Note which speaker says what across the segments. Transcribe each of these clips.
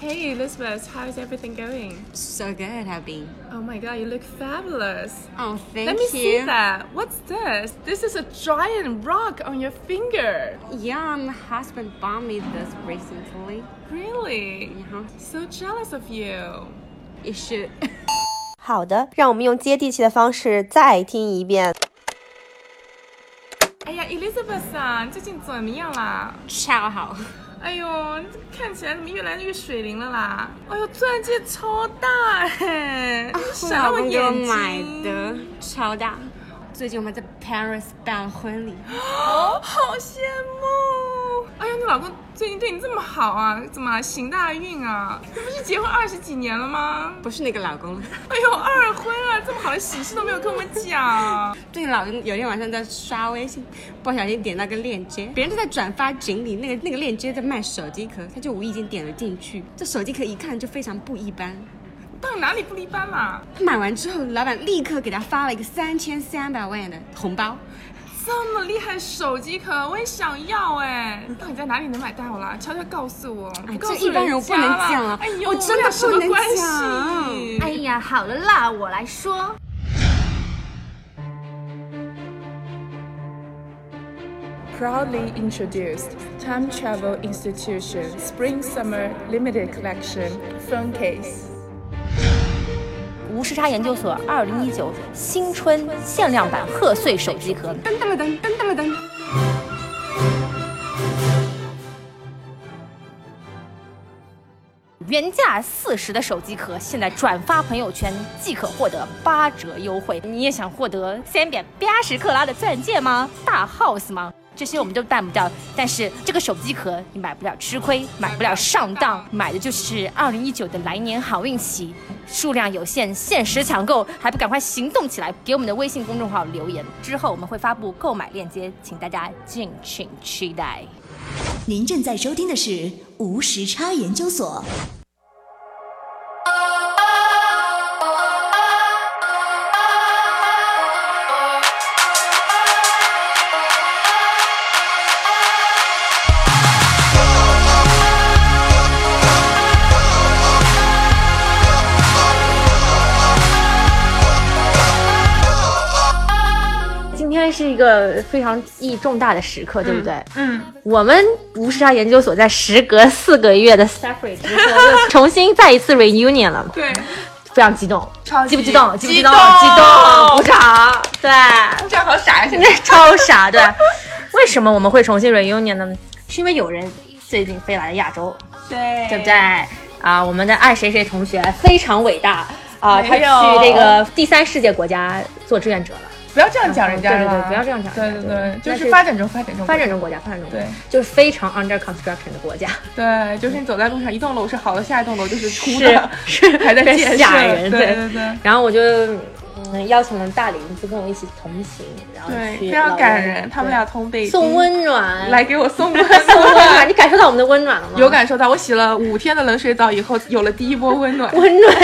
Speaker 1: Hey Elizabeth, how's everything going?
Speaker 2: So good, Abby.
Speaker 1: Oh my god, you look fabulous.
Speaker 2: Oh, thank
Speaker 1: Let me
Speaker 2: you.
Speaker 1: see that. What's this? This is a giant rock on your finger.
Speaker 2: Yeah, my husband bought me this recently.
Speaker 1: Really?
Speaker 2: 然后
Speaker 1: So jealous of you.
Speaker 2: you should.
Speaker 3: 好的，让我们用接地气的方式再听一遍。
Speaker 1: 哎呀，Elizabeth 啊，最近怎么样啦？
Speaker 2: 超好，
Speaker 1: 哎呦，这看起来怎么越来越水灵了啦？哎呦，钻戒超大 哎！你
Speaker 2: 我
Speaker 1: 闪
Speaker 2: 老
Speaker 1: 到我
Speaker 2: 公给我
Speaker 1: 眼睛。
Speaker 2: 买的，超大。最近我们在 Paris 办婚礼，
Speaker 1: 哦，好羡慕！哎呦，你老公最近对你这么好啊？怎么行大运啊？你不是结婚二十几年了吗？
Speaker 2: 不是那个老公了。
Speaker 1: 哎呦，二婚啊！这么好的喜事都没有跟我们讲。
Speaker 2: 对，老公有天晚上在刷微信，不小心点到个链接，别人就在转发锦鲤，那个那个链接在卖手机壳，他就无意间点了进去。这手机壳一看就非常不一般，
Speaker 1: 到底哪里不离班啦？
Speaker 2: 买完之后，老板立刻给他发了一个三千三百万的红包。
Speaker 1: 这么厉害手机壳，我也想要哎！到底在哪里能买到啦？悄悄告诉我，
Speaker 2: 哎
Speaker 1: 不告
Speaker 2: 这
Speaker 1: 诉
Speaker 2: 一般人
Speaker 1: 人
Speaker 2: 不
Speaker 1: 家
Speaker 2: 能
Speaker 1: 啦
Speaker 2: 讲啊
Speaker 1: 哎呦，
Speaker 2: 我真的
Speaker 1: 俩什么
Speaker 2: 不能
Speaker 1: 关
Speaker 2: 讲
Speaker 1: 系
Speaker 4: 哎呀，好了啦，我来说。
Speaker 1: Proudly introduced Time Travel Institution Spring Summer Limited Collection Phone Case。
Speaker 5: 无时差研究所二零一九新春限量版贺岁手机壳。
Speaker 2: 噔噔了噔噔噔了噔。
Speaker 5: 原价四十的手机壳，现在转发朋友圈即可获得八折优惠。你也想获得三百八十克拉的钻戒吗？大 house 吗？这些我们都办不到，但是这个手机壳你买不了吃亏，买不了上当，买的就是二零一九的来年好运气。数量有限，限时抢购，还不赶快行动起来！给我们的微信公众号留言，之后我们会发布购买链接，请大家敬请期待。
Speaker 6: 您正在收听的是无时差研究所。
Speaker 5: 今天是一个非常意义重大的时刻，对不对？嗯，我们无时差研究所在时隔四个月的 separate 之后， 又重新再一次 reunion 了，
Speaker 1: 对，
Speaker 5: 非常激动，
Speaker 1: 超
Speaker 5: 激
Speaker 1: 级
Speaker 5: 不激动？激不激动？
Speaker 1: 激动
Speaker 5: 激动！鼓掌！对，
Speaker 1: 这样好傻呀！现在
Speaker 5: 那超傻，对。 为什么我们会重新 reunion 呢？是因为有人最近飞来了亚洲，
Speaker 1: 对
Speaker 5: 对不对？啊，我们的爱谁谁同学非常伟大啊，他
Speaker 1: 没有
Speaker 5: 去这个第三世界国家做志愿者了。
Speaker 1: 不要这样讲人家
Speaker 5: 对对对
Speaker 1: 啦
Speaker 5: 不要这样讲
Speaker 1: 对
Speaker 5: 人
Speaker 1: 对
Speaker 5: 家
Speaker 1: 对，就
Speaker 5: 那
Speaker 1: 是
Speaker 5: 是
Speaker 1: 发展中发展中
Speaker 5: 发展中国家，发展中国家
Speaker 1: 对
Speaker 5: 就是非常 under construction 的国家，
Speaker 1: 对，就是你走在路上，一栋楼是好的，下一栋楼就是秃
Speaker 5: 是
Speaker 1: 的，
Speaker 5: 是
Speaker 1: 还在建设
Speaker 5: 吓，人，
Speaker 1: 对对对。
Speaker 5: 然后我就嗯邀请了大林子跟我一起同行，然后
Speaker 1: 对，
Speaker 5: 去
Speaker 1: 非常
Speaker 5: 老挝
Speaker 1: 感人，他们俩同被
Speaker 5: 对送温暖，
Speaker 1: 来给我送温
Speaker 5: 送温
Speaker 1: 暖
Speaker 5: 暖，，你感受到我们的温暖了吗？
Speaker 1: 有感受到我洗了五天的冷水澡以后，有了第一波温暖。
Speaker 5: 温暖，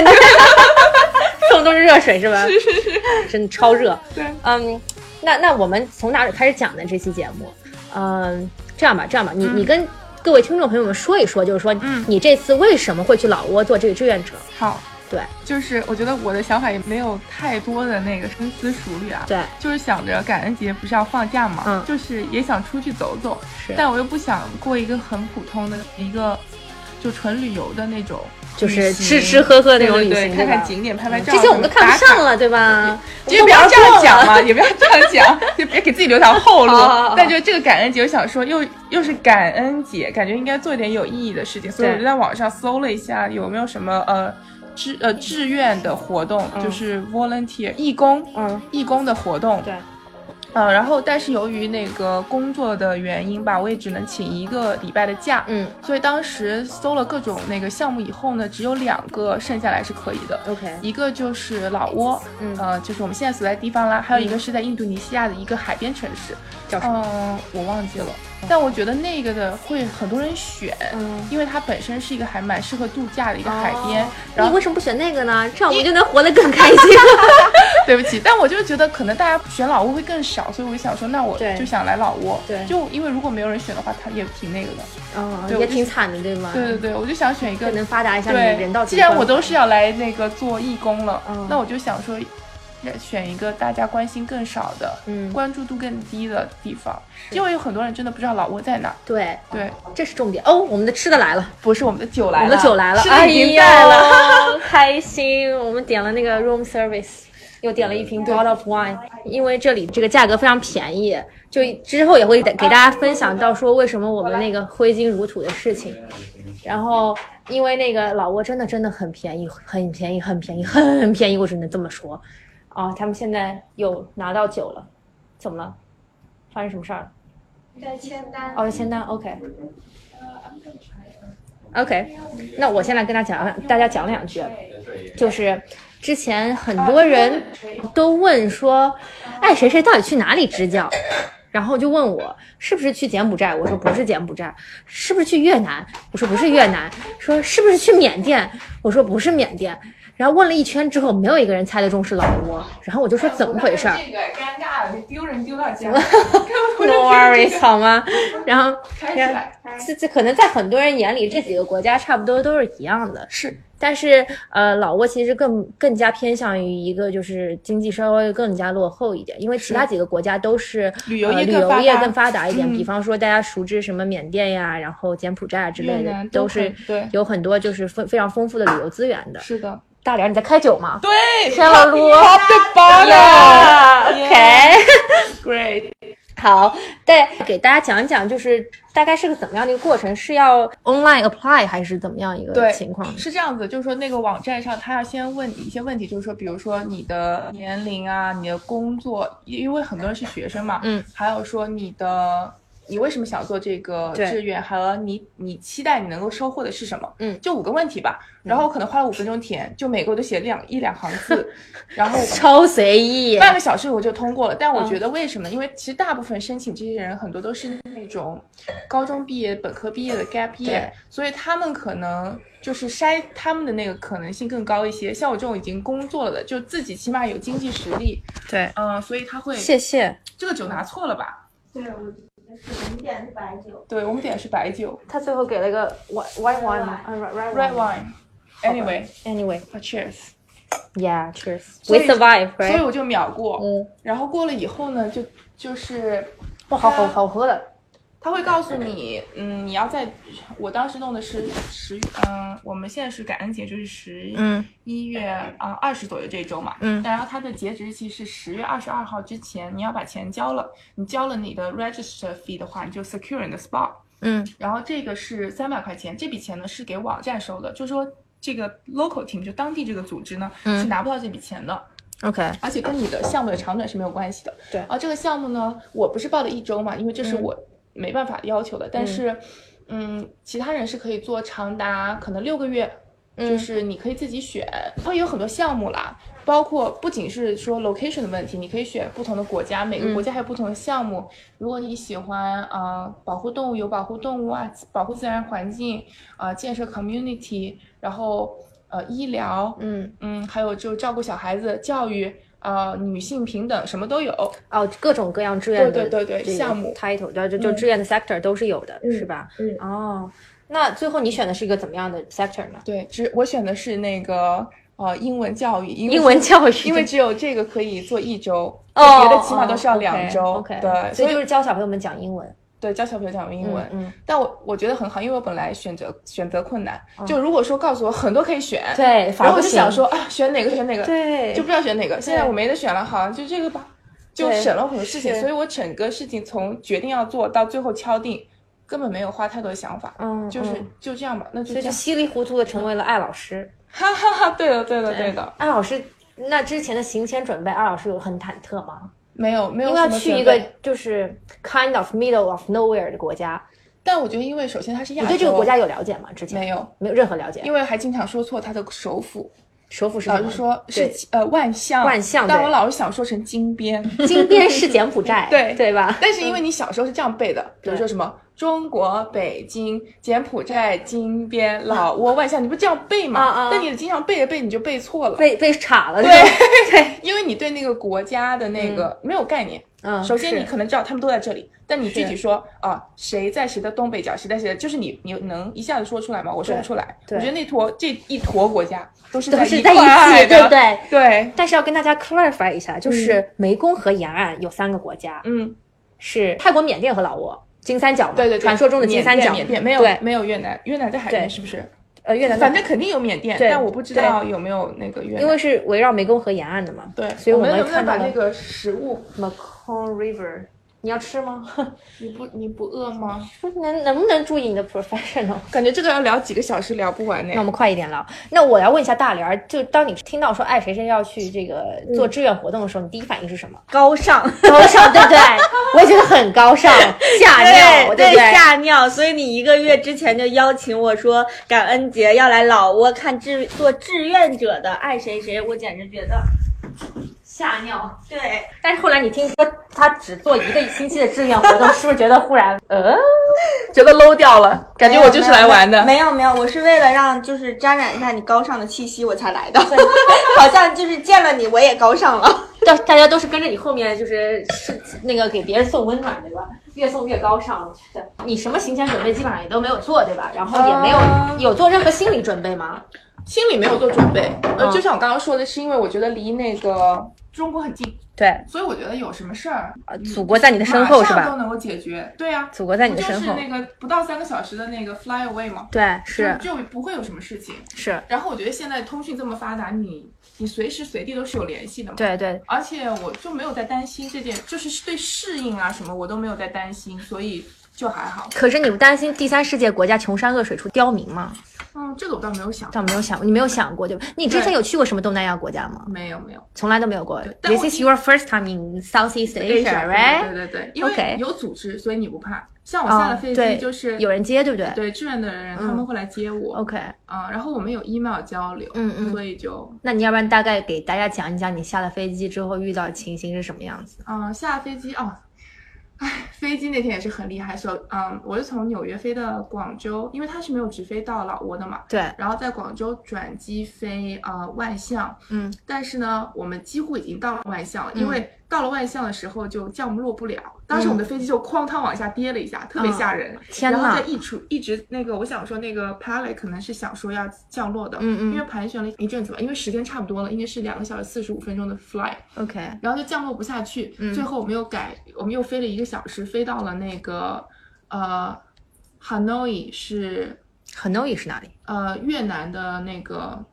Speaker 5: 送都是热水是吧？是是是，真的超热。
Speaker 1: 对，
Speaker 5: 嗯，那那我们从哪里开始讲呢？这期节目，嗯，这样吧，这样吧，你、你跟各位听众朋友们说一说，就是说，
Speaker 1: 嗯
Speaker 5: 你这次为什么会去老挝做这个志愿者？
Speaker 1: 好，
Speaker 5: 对
Speaker 1: 就是我觉得我的想法也没有太多的那个深思熟虑啊，
Speaker 5: 对，
Speaker 1: 就是想着感恩节不是要放假嘛，
Speaker 5: 嗯
Speaker 1: 就是也想出去走走，
Speaker 5: 是
Speaker 1: 但我又不想过一个很普通的一个就纯旅游的那种旅行，
Speaker 5: 就是吃吃喝喝那种
Speaker 1: 对对
Speaker 5: 旅
Speaker 1: 对
Speaker 5: 行
Speaker 1: 看
Speaker 5: 对吧
Speaker 1: 看景点，拍拍照，
Speaker 5: 这些我们都看不上
Speaker 1: 了。
Speaker 5: 了，对吧？
Speaker 1: 也不
Speaker 5: 我们
Speaker 1: 要
Speaker 5: 都
Speaker 1: 这样
Speaker 5: 忘
Speaker 1: 讲
Speaker 5: 了
Speaker 1: 嘛，也不要这样讲， 就别给自己留条后路
Speaker 5: 好好好。
Speaker 1: 但就是这个感恩节，我想说又又是感恩节，感觉应该做一点有意义的事情，所以
Speaker 5: 对
Speaker 1: 我就在网上搜了一下有没有什么呃志呃志愿的活动，就是 volunteer 义工，
Speaker 5: 嗯，
Speaker 1: 义工的活动，
Speaker 5: 对。
Speaker 1: 呃，然后但是由于那 个工作的原因吧，我也只能请一个礼拜的假，
Speaker 5: 嗯
Speaker 1: 所以当时搜了各种那个项目以后呢，只有两个剩下来是可以的，
Speaker 5: ，OK，
Speaker 1: 一个就是老挝，
Speaker 5: 嗯
Speaker 1: 呃，就是我们现在所在地方啦，还有一个是在印度尼西亚的一个海边城市，
Speaker 5: 叫什
Speaker 1: 嗯、
Speaker 5: 么？
Speaker 1: 我忘记了，但我觉得那个的会很多人选，
Speaker 5: 嗯，哦
Speaker 1: 因为它本身是一个还蛮适合度假的一个海边，
Speaker 5: 你
Speaker 1: 然后
Speaker 5: 为什么不选那个呢？这样我们就能活得更开心。
Speaker 7: 对不起，但我就是觉得可能大家选老挝会更少，所以我就想说，那我
Speaker 5: 对
Speaker 7: 就想来老挝。
Speaker 5: 对
Speaker 7: 就因为如果没有人选的话，他也挺那个的。
Speaker 5: 哦，
Speaker 7: 对
Speaker 5: 也
Speaker 7: 我就
Speaker 5: 挺惨的，对吗？
Speaker 7: 对对对，我就想选一个
Speaker 5: 更能发达一下你的人道
Speaker 7: 对，
Speaker 5: 情
Speaker 7: 既然
Speaker 5: 况
Speaker 7: 我都是要来那个做义工了，
Speaker 5: 嗯
Speaker 7: 那我就想说，呃选一个大家关心更少的，
Speaker 5: 嗯
Speaker 7: 关注度更低的地方，因为有很多人真的不知道老挝在哪儿。
Speaker 5: 对，
Speaker 7: 对，
Speaker 5: 这是重点哦。我们的吃的来了，
Speaker 7: 不是我们的酒来
Speaker 5: 我
Speaker 7: 了，
Speaker 5: 们的酒来了，
Speaker 7: 吃
Speaker 5: 哎
Speaker 7: 的已经在了。
Speaker 5: 了，开心！我们点了那个 room service。又点了一瓶 bottle of wine，因为这里这个价格非常便宜，就之后也会给大家分享到说为什么我们那个挥金如土的事情。然后因为那个老挝真的真的很便宜，很便宜，很便宜，很便宜，我只能这么说。哦，他们现在有拿到酒了，怎么了？发生什么事儿了？在签单。哦，呃在签单，OK。OK，那我先来跟大家讲大家讲两句，就是之前很多人都问说，哎，谁谁到底去哪里支教？然后就问我是不是去柬埔寨，我说不是柬埔寨，是不是去越南？我说不是越南，说是不是去缅甸？我说不是缅甸。然后问了一圈之后，没有一个人猜得中是老挝。然后我就说怎么回事儿？
Speaker 7: 这个尴尬了，丢人丢到 家。
Speaker 5: No worries，好吗？然后
Speaker 7: 开起来，
Speaker 5: 这这可能在很多人眼里，这几个国家差不多都是一样的。是，但是呃，老挝其实更更加偏向于一个就是经济稍微更加落后一点，因为其他几个国家都是
Speaker 7: 旅游业
Speaker 5: 呃、旅
Speaker 7: 更发
Speaker 5: 游业
Speaker 7: 达
Speaker 5: 更发达一点。
Speaker 7: 嗯
Speaker 5: 比方说大家熟知什么缅甸呀，然后柬埔寨啊之类
Speaker 7: 越
Speaker 5: 的
Speaker 7: 南，
Speaker 5: 都
Speaker 7: 都
Speaker 5: 是
Speaker 7: 很对
Speaker 5: 有很多就是非非常丰富的旅游资源的。
Speaker 7: 是的，
Speaker 5: 大脸，你在开酒吗？
Speaker 7: 对
Speaker 5: 天了噜
Speaker 7: Pop the bottle，great。
Speaker 5: OK。好，对，给大家讲一讲，就是大概是个怎么样的一个过程，是要 online apply 还是怎么样一个
Speaker 7: 对
Speaker 5: 情况？
Speaker 7: 是这样子，就是说那个网站上，他要先问你一些问题，就是说，比如说你的年龄啊，你的工作，因为很多人是学生嘛，
Speaker 5: 嗯，
Speaker 7: 还有说你的。你为什么想做这个
Speaker 5: 对
Speaker 7: 志愿？和你你期待你能够收获的是什么？
Speaker 5: 嗯
Speaker 7: 就五个问题吧。然后我可能花了五分钟填，就每个我都写两一两行字， 然后
Speaker 5: 超随意，
Speaker 7: 半个小时我就通过了。但
Speaker 5: 嗯
Speaker 7: 我觉得为什么呢？因为其实大部分申请这些人很多都是那种高中毕业、本科毕业的 gap
Speaker 5: 对
Speaker 7: 业，所以他们可能就是筛他们的那个可能性更高一些。像我这种已经工作了的，就自己起码有经济实力，
Speaker 5: 对，
Speaker 7: 嗯、所以他会
Speaker 5: 谢谢。
Speaker 7: 这个酒拿错了吧？对，我们点的是白酒。
Speaker 5: 他最后给了个 white white wine 吗啊？red
Speaker 7: 对，我们点的是白酒，red wine。Anyway,
Speaker 5: Anyway,
Speaker 7: cheers.
Speaker 5: yeah, cheers.
Speaker 7: 所
Speaker 5: We
Speaker 7: 以
Speaker 5: survive,
Speaker 7: 所以
Speaker 5: right?
Speaker 7: 我就秒过，
Speaker 5: 嗯，
Speaker 7: 然后过了以后呢，就就是
Speaker 5: 哇，好好好喝的。
Speaker 7: 他会告诉你，嗯，你要在，我当时弄的是十，嗯、我们现在是感恩节，就是十
Speaker 5: 嗯
Speaker 7: 一月啊二十左右这一周嘛，
Speaker 5: 嗯
Speaker 7: 然后它的截止日期是十月二十二号之前，你要把钱交了，你交了你的 register fee 的话，你就 secure 你的 spot，
Speaker 5: 嗯，
Speaker 7: 然后这个是三百块钱，这笔钱呢是给网站收的，就说这个 local team 就当地这个组织呢、
Speaker 5: 嗯
Speaker 7: 是拿不到这笔钱的，
Speaker 5: OK，
Speaker 7: 而且跟你的项目的长短是没有关系的。
Speaker 5: 对嗯
Speaker 7: 啊，这个项目呢，我不是报的一周嘛，因为这是我没办法要求的，但是，嗯，其他人是可以做长达可能六个月。
Speaker 5: 嗯
Speaker 7: 就是你可以自己选，会有很多项目啦，包括不仅是说 location 的问题，你可以选不同的国家，每
Speaker 5: 嗯
Speaker 7: 个国家还有不同的项目。如果你喜欢呃保护动物，有保护动物啊，保护自然环境，呃建设 community，然后呃医疗，
Speaker 5: 嗯，
Speaker 7: 嗯，还有就照顾小孩子、教育，呃，女性平等，什么都有。
Speaker 5: 哦，各种各样志愿的
Speaker 7: 对对对对
Speaker 5: 这个
Speaker 7: 项目
Speaker 5: title，对，就就志愿的 sector 都是有的，是吧？
Speaker 7: 嗯
Speaker 5: 哦，那最后你选的是一个怎么样的 sector 呢？
Speaker 7: 对，只我选的是那个呃英文教育，因为
Speaker 5: 英文教育，
Speaker 7: 因为只有这个可以做一周，
Speaker 5: 哦，
Speaker 7: 别的起码都是要两周。
Speaker 5: OK，,
Speaker 7: 对，
Speaker 5: 所以就是
Speaker 7: 是
Speaker 5: 教小朋友们讲英文。
Speaker 7: 对教小朋友讲英文。
Speaker 5: 嗯嗯
Speaker 7: 但我我觉得很好，因为我本来选择选择困难，就如果说告诉我很多可以选，
Speaker 5: 嗯对，反
Speaker 7: 然
Speaker 5: 而
Speaker 7: 后我
Speaker 5: 不
Speaker 7: 就
Speaker 5: 行
Speaker 7: 想，说啊，选哪个选哪个，
Speaker 5: 对，
Speaker 7: 就不知道选哪个。现在我没得选了，好像就这个吧，就
Speaker 5: 对
Speaker 7: 省了很多事情。
Speaker 5: 是
Speaker 7: 所以我整个事情从决定要做到最后敲定，根本没有花太多的想法，
Speaker 5: 嗯，
Speaker 7: 就是
Speaker 5: 嗯
Speaker 7: 就这样吧，那
Speaker 5: 所
Speaker 7: 就这
Speaker 5: 以就
Speaker 7: 样。
Speaker 5: 稀里糊涂的成为了艾老师。哎
Speaker 7: 哈哈哈，对的，对的，对的，
Speaker 5: 艾老师，那之前的行前准备，艾老师有很忐忑吗？
Speaker 7: 没有没有
Speaker 5: 因为要
Speaker 7: 什么
Speaker 5: 去
Speaker 7: 准
Speaker 5: 一个
Speaker 7: 备，
Speaker 5: 就是 kind of middle of nowhere 的国家，
Speaker 7: 但我觉得因为首先它是亚
Speaker 5: 你
Speaker 7: 洲，
Speaker 5: 对这个国家有了解吗？之前
Speaker 7: 没有，
Speaker 5: 没有任何了解。
Speaker 7: 因为还经常说错它的首府，
Speaker 5: 首府是
Speaker 7: 老
Speaker 5: 什么
Speaker 7: 师说是
Speaker 5: 对
Speaker 7: 呃万象，
Speaker 5: 万象
Speaker 7: 但
Speaker 5: 对
Speaker 7: 我老是想说成 金边，
Speaker 5: 金边是柬埔寨，
Speaker 7: 对
Speaker 5: 对吧？
Speaker 7: 但是因为你小时候是这样背的，比
Speaker 5: 嗯
Speaker 7: 如
Speaker 5: 对
Speaker 7: 说什么中国北京、柬埔寨、金边、老挝、万象，你不这样背
Speaker 5: 啊啊
Speaker 7: 吗
Speaker 5: 啊？
Speaker 7: 但你经常背着背，你就背错了，
Speaker 5: 被被岔了，
Speaker 7: 对
Speaker 5: 是吧 对，
Speaker 7: 因为你对那个国家的那个没有概念。
Speaker 5: 嗯，
Speaker 7: 首先，
Speaker 5: 是
Speaker 7: 你可能知道他们都在这里，但你具体说啊，谁在谁的东北角，谁在谁的，就是你你能一下子说出来吗？我说不出来。我
Speaker 5: 对
Speaker 7: 觉得那坨这一坨国家都是
Speaker 5: 都
Speaker 7: 在
Speaker 5: 是
Speaker 7: 一
Speaker 5: 在
Speaker 7: 块
Speaker 5: 一起，
Speaker 7: 儿
Speaker 5: 对不
Speaker 7: 的，
Speaker 5: 对？
Speaker 7: 对，
Speaker 5: 但是要跟大家 clarify 一下，就是湄公河沿岸有三个国家，
Speaker 7: 嗯，
Speaker 5: 是泰国、缅甸和老挝，金三角嘛，
Speaker 7: 对对对，
Speaker 5: 传说中的金
Speaker 7: 缅
Speaker 5: 三
Speaker 7: 甸
Speaker 5: 角，
Speaker 7: 缅甸没有
Speaker 5: 对，
Speaker 7: 没有越南，越南在海
Speaker 5: 对
Speaker 7: 边是不是？
Speaker 5: 呃，越南的
Speaker 7: 反正肯定有缅甸，
Speaker 5: 对
Speaker 7: 但我不知道有没有那个越南。
Speaker 5: 因为是围绕湄公河沿岸的嘛，
Speaker 7: 对，
Speaker 5: 所以
Speaker 7: 我
Speaker 5: 们
Speaker 7: 能不能
Speaker 5: 看到
Speaker 7: 把
Speaker 5: 了
Speaker 7: 那个食物？
Speaker 5: Mekong River。你要吃吗？
Speaker 7: 你不你不饿吗？
Speaker 5: 能能不能注意你的 professional？
Speaker 7: 感觉这个要聊几个小时聊不完呢
Speaker 5: 那我。们快一点聊。那我要问一下大莲儿，就当你听到说爱谁谁要去这个
Speaker 7: 嗯
Speaker 5: 做志愿活动的时候，你第一反应是什么？
Speaker 2: 高 尚，
Speaker 5: 高尚，对不对？ 我也觉得很高尚，吓
Speaker 2: 对
Speaker 5: 尿，不对？
Speaker 2: 吓
Speaker 5: 吓
Speaker 2: 尿。所以你一个月之前就邀请我说感恩节要来老挝看志做志愿者的爱谁谁，我简直觉得
Speaker 5: 尿。
Speaker 2: 对。
Speaker 5: 但是后来你听说他只做一个星期的志愿活动，是不是觉得忽然呃？
Speaker 7: 觉得 low 掉了，感觉我就是来玩的。
Speaker 8: 没有没有，我是为了让就是沾染一下你高尚的气息我才来的， 好像就是见了你我也高尚了。
Speaker 5: 大大家都是跟着你后面，就是是那个给别人送温暖，对吧？越送越高尚，我觉得。你什么行前准备基本上也都没有做，对吧？然后也没有、有做任何心理准备吗？
Speaker 7: 心里没有做准备，呃，
Speaker 5: 嗯
Speaker 7: 就像我刚刚说的，是因为我觉得离那个中国很近，
Speaker 5: 对，
Speaker 7: 所以我觉得有什么事儿，
Speaker 5: 祖国在你的身后是
Speaker 7: 马上
Speaker 5: 吧？
Speaker 7: 都能够解决。对呀、啊，
Speaker 5: 祖国在你的身
Speaker 7: 不
Speaker 5: 后
Speaker 7: 就是，那个不到三个小时的那个 fly away 嘛，
Speaker 5: 对，
Speaker 7: 就是就不会有什么事情。
Speaker 5: 是，
Speaker 7: 然后我觉得现在通讯这么发达，你你随时随地都是有联系的嘛。
Speaker 5: 对对，
Speaker 7: 而且我就没有在担心这件，就是对适应啊什么我都没有在担心，所以就还好。
Speaker 5: 可是你不担心第三世界国家穷山恶水处刁民吗？
Speaker 7: 嗯，这个我倒没有想，
Speaker 5: 倒没有想，你没有想过对吧？你之前
Speaker 7: 对
Speaker 5: 有去过什么东南亚国家吗？
Speaker 7: 没有没有。
Speaker 5: 从来都没有过。
Speaker 7: 但我
Speaker 5: This is your first time in Southeast Asia,
Speaker 7: 对
Speaker 5: right？
Speaker 7: 对对，因为
Speaker 5: OK
Speaker 7: 有组织，所以你不怕。像我下了飞
Speaker 5: 哦对
Speaker 7: 机就是
Speaker 5: 有人接对不对嗯
Speaker 7: 对志愿的人，他们会来接我。
Speaker 5: ？OK，
Speaker 7: 啊，然后我们有 email 交流，
Speaker 5: 嗯嗯
Speaker 7: 所以就
Speaker 5: 那你要不然大概给大家讲一讲你下了飞机之后遇到的情形是什么样子？
Speaker 7: 嗯，下了飞机哦，哎，飞机那天也是很厉害。首嗯，我是从纽约飞的广州，因为它是没有直飞到老挝的嘛。
Speaker 5: 对，
Speaker 7: 然后在广州转机飞呃万象，
Speaker 5: 嗯，
Speaker 7: 但是呢，我们几乎已经到了万象了，因为到了万象的时候就降落不了，当时我们的飞机就哐当往下跌了一下，特别吓人。
Speaker 5: 嗯哦天
Speaker 7: 然后
Speaker 5: 呐
Speaker 7: 在，一直一直那个，我想说那个 p a l e 可能是想说要降落的，
Speaker 5: 嗯嗯
Speaker 7: 因为盘旋了一阵子吧，因为时间差不多了，应该是两个小时四十五分钟的 fly，
Speaker 5: ，OK，
Speaker 7: 然后就降落不下去，
Speaker 5: 嗯
Speaker 7: 最后我们又改，我们又飞了一个小时，飞到了那个呃 Hanoi 是
Speaker 5: 河内是哪里？
Speaker 7: 呃越南的那个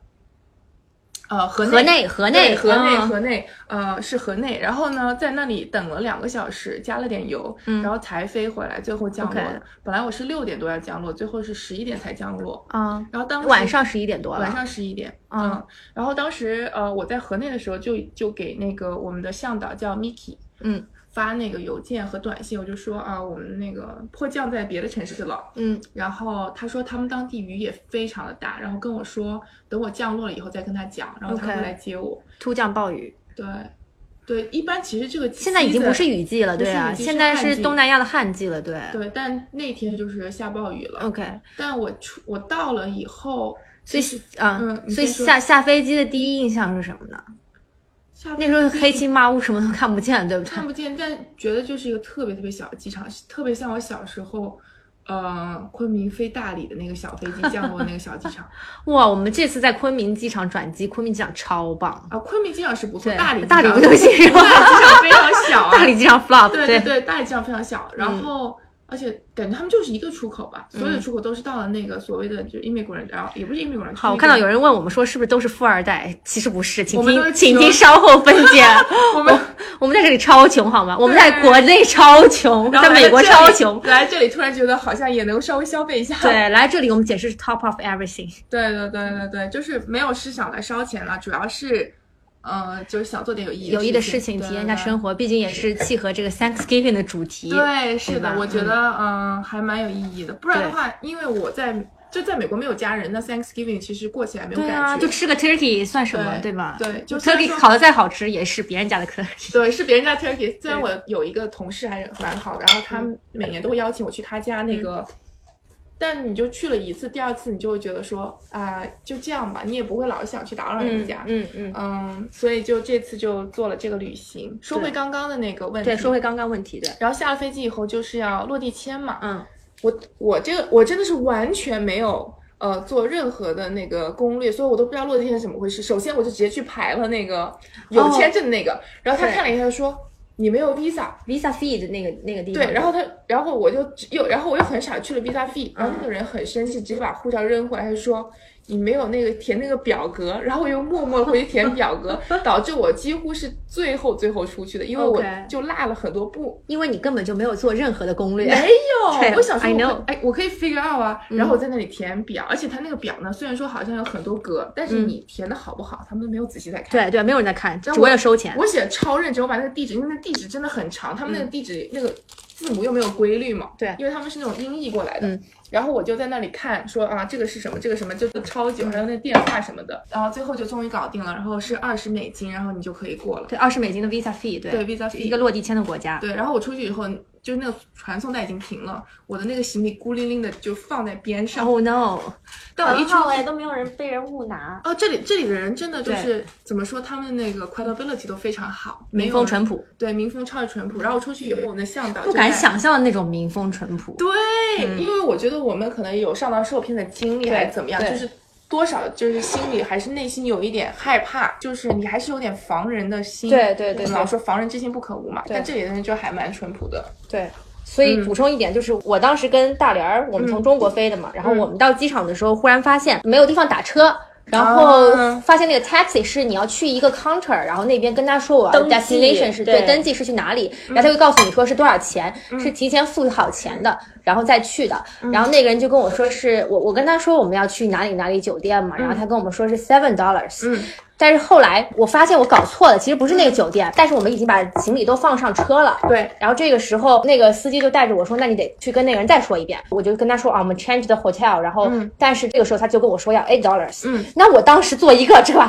Speaker 7: 呃河
Speaker 5: 河
Speaker 7: 内。
Speaker 5: 内，河
Speaker 7: 对
Speaker 5: 内，
Speaker 7: 河内，
Speaker 5: 嗯
Speaker 7: 河内，呃，是河内。然后呢，在那里等了两个小时，加了点油，
Speaker 5: 嗯
Speaker 7: 然后才飞回来，最后降落
Speaker 5: OK
Speaker 7: 的。本来我是六点多要降落，最后是十一点才降落。
Speaker 5: 啊，
Speaker 7: 然后当时
Speaker 5: 晚上十一点多了，
Speaker 7: 晚上十一点，
Speaker 5: 嗯
Speaker 7: 嗯，然后当时呃我在河内的时候就就给那个我们的向导叫 Miki，
Speaker 5: 嗯，
Speaker 7: 发那个邮件和短信，我就说啊我们那个迫降在别的城市去了，
Speaker 5: 嗯，
Speaker 7: 然后他说他们当地雨也非常的大，然后跟我说等我降落了以后再跟他讲，然后他
Speaker 5: OK
Speaker 7: 会来接我。
Speaker 5: 突降暴雨，
Speaker 7: 对，对，一般其实这个
Speaker 5: 现在已经不是
Speaker 7: season-
Speaker 5: 雨季了，对啊，
Speaker 7: 不是雨季
Speaker 5: 现在
Speaker 7: 是
Speaker 5: 是
Speaker 7: 旱季
Speaker 5: 东南亚的旱季了，对。
Speaker 7: 对，但那天就是下暴雨了。
Speaker 5: OK，
Speaker 7: 但我出我到了以后，
Speaker 5: 嗯所以啊，
Speaker 7: 嗯你
Speaker 5: 所以
Speaker 7: 先说
Speaker 5: 下下飞机的第一印象是什么呢？
Speaker 7: 下
Speaker 5: 那时候
Speaker 7: 飞
Speaker 5: 黑
Speaker 7: 机
Speaker 5: 漆麻乌，什么都看不见，对不对？
Speaker 7: 看不见，但觉得就是一个特别特别小的机场，特别像我小时候，呃，昆明飞大理的那个小飞机降落的那个小机场
Speaker 5: 哇，我们这次在昆明机场转机，昆明机场超棒，
Speaker 7: 啊。昆明机场是不错，
Speaker 5: 对，
Speaker 7: 大理
Speaker 5: 大理不
Speaker 7: 对
Speaker 5: 对不起，是吧？
Speaker 7: 大理机场非常小、啊，
Speaker 5: 大理机场 flop，
Speaker 7: 对
Speaker 5: 对嗯
Speaker 7: 对，大理机场非常小，然后。而且感觉他们就是一个出口吧，所有的出口都是到了那个所谓的就 immigrant，然后也不是 immigrant。
Speaker 5: 好，我看到有，人问我们说是不是都是富二代，其实不是，请
Speaker 7: 我们都
Speaker 5: 听
Speaker 7: 是
Speaker 5: 请
Speaker 7: 穷
Speaker 5: 听稍后分解。
Speaker 7: 我们
Speaker 5: 我们在这里超穷好吗？我们在
Speaker 7: 对
Speaker 5: 国内超穷，
Speaker 7: 然后
Speaker 5: 在
Speaker 7: 来
Speaker 5: 美国
Speaker 7: 这
Speaker 5: 超
Speaker 7: 里
Speaker 5: 穷。
Speaker 7: 来这里突然觉得好像也能稍微消费一下。
Speaker 5: 对，来这里我们解释是 top of everything。
Speaker 7: 对对对对对，就是没有是想来烧钱了，主要是，呃，就是想做点有意义
Speaker 5: 有益的事
Speaker 7: 事情，
Speaker 5: 情，体验一
Speaker 7: 对
Speaker 5: 下生。活，毕竟也是契合这个 Thanksgiving 的主题。
Speaker 7: 对对，对是
Speaker 5: 吧
Speaker 7: 呃的，我觉得嗯、还蛮有意义的。不然的话，因为我在就在美国没有家人，那 Thanksgiving 其实过起来没有
Speaker 5: 对
Speaker 7: 感觉，
Speaker 5: 啊，就吃个 turkey 算什么，
Speaker 7: 对
Speaker 5: 对吧？
Speaker 7: 对就虽然
Speaker 5: ，turkey
Speaker 7: 说
Speaker 5: 烤的再好吃，也是别人家的 turkey。
Speaker 7: 对，是别人家 turkey。虽然我有一个同事还蛮好，然后他
Speaker 5: 嗯
Speaker 7: 每年都会邀请我去他家那个，但你就去了一次，第二次你就会觉得说啊、就这样吧，你也不会老想去打扰人家。
Speaker 5: 嗯嗯，
Speaker 7: 嗯所以就这次就做了这个旅行。说回刚刚的那个问题，
Speaker 5: 对，说回刚刚问题，对，
Speaker 7: 然后下了飞机以后就是要落地签嘛。
Speaker 5: 嗯，
Speaker 7: 我我这个我真的是完全没有呃做任何的那个攻略，所以我都不知道落地签是怎么回事。首先我就直接去排了那个有签证的那个，然后他
Speaker 5: 哦对
Speaker 7: 看了一下说你没有 visa，
Speaker 5: Visa fee 的那个那个地方。
Speaker 7: 对，然后他然后我就又然后我又很傻去了 visa fee，然后
Speaker 5: 嗯
Speaker 7: 那个人很生气，直接把护照扔回来，他说。你没有那个填那个表格，然后我又默默回去填 表格，导致我几乎是最后最后出去的，因为我
Speaker 5: OK
Speaker 7: 就落了很多步。
Speaker 5: 因为你根本就没有做任何的攻略，
Speaker 7: 没
Speaker 5: 对
Speaker 7: 有，我想说
Speaker 5: I
Speaker 7: 我
Speaker 5: know 嗯
Speaker 7: 可，哎，我可以 figure out 啊，然后我在那里填表，而且他那个表呢，虽然说好像有很多格，但
Speaker 5: 嗯
Speaker 7: 是你填的好不好，他们都没有仔细在看。
Speaker 5: 对对，没有人在看，
Speaker 7: 但
Speaker 5: 只
Speaker 7: 我
Speaker 5: 为了收钱。
Speaker 7: 我写的超认真，我把那个地址，因为那地址真的很长，他们那个地址那个字母又没有规律嘛，
Speaker 5: 嗯对
Speaker 7: 因为他们是那种音译过来的
Speaker 5: 嗯。
Speaker 7: 然后我就在那里看，说啊，这个是什么，这个什么，就超
Speaker 5: 嗯
Speaker 7: 久，还有那电话什么的，然后最后就终于搞定了，然后是二十美金，然后你就可以过了。
Speaker 5: 对，二十美金的 Visa fee，对，
Speaker 7: 对，visa
Speaker 5: 一
Speaker 7: fee
Speaker 5: 个落地签的国家。
Speaker 7: 对，然后我出去以后，就是那个传送带已经停了，我的那个行李孤零零的就放在边上。
Speaker 5: Oh no！
Speaker 7: 但我一出
Speaker 9: 好哎，都没有人被人误拿。
Speaker 7: 哦，这里这里的人真的就
Speaker 5: 对
Speaker 7: 是怎么说，他们那个 credibility 都非常好，没
Speaker 5: 民
Speaker 7: 有
Speaker 5: 风
Speaker 7: 人
Speaker 5: 淳，朴，
Speaker 7: 对，民风超级淳朴。然后我出去以后，我们的向导
Speaker 5: 不
Speaker 7: 就
Speaker 5: 敢
Speaker 7: 在。
Speaker 5: 想象那种民风淳朴。
Speaker 7: 对，因为我觉得我们可能有上当受骗的经历，还是怎么样，
Speaker 5: 对
Speaker 7: 就是多少就是心里还是内心有一点害怕，就是你还是有点防人的心。
Speaker 5: 对对对
Speaker 7: 我们
Speaker 5: 对
Speaker 7: 老说防人之心不可无嘛，
Speaker 5: 对
Speaker 7: 但这里的人就还蛮淳朴的。
Speaker 5: 对，所以
Speaker 7: 嗯
Speaker 5: 补充一点，就是我当时跟大莲儿，我们从中国飞的嘛，然后
Speaker 7: 嗯
Speaker 5: 我们到机场的时候，忽然发现没有地方打车。然后
Speaker 7: 啊
Speaker 5: 发现那个 taxi 是你要去一个 counter，然后那边跟他说我的 destination 是对登记是去哪里，
Speaker 7: 嗯
Speaker 5: 然后他会告诉你说是多少钱，是提前付好钱的，然后再去的。
Speaker 7: 嗯
Speaker 5: 然后那个人就跟我说是我我跟他说我们要去哪里哪里酒店嘛，然后他跟我们说是 seven dollars，
Speaker 7: 嗯
Speaker 5: 但是后来我发现我搞错了，其实不是那个酒店，但是我们已经把行李都放上车了。
Speaker 7: 对，
Speaker 5: 然后这个时候，那个司机就带着我说：“那你得去跟那个人再说一遍。”我就跟他说：“啊，我们 change the hotel。”然后，但是这个时候他就跟我说要 eight dollars。
Speaker 7: 嗯，
Speaker 5: 那我当时做一个这 个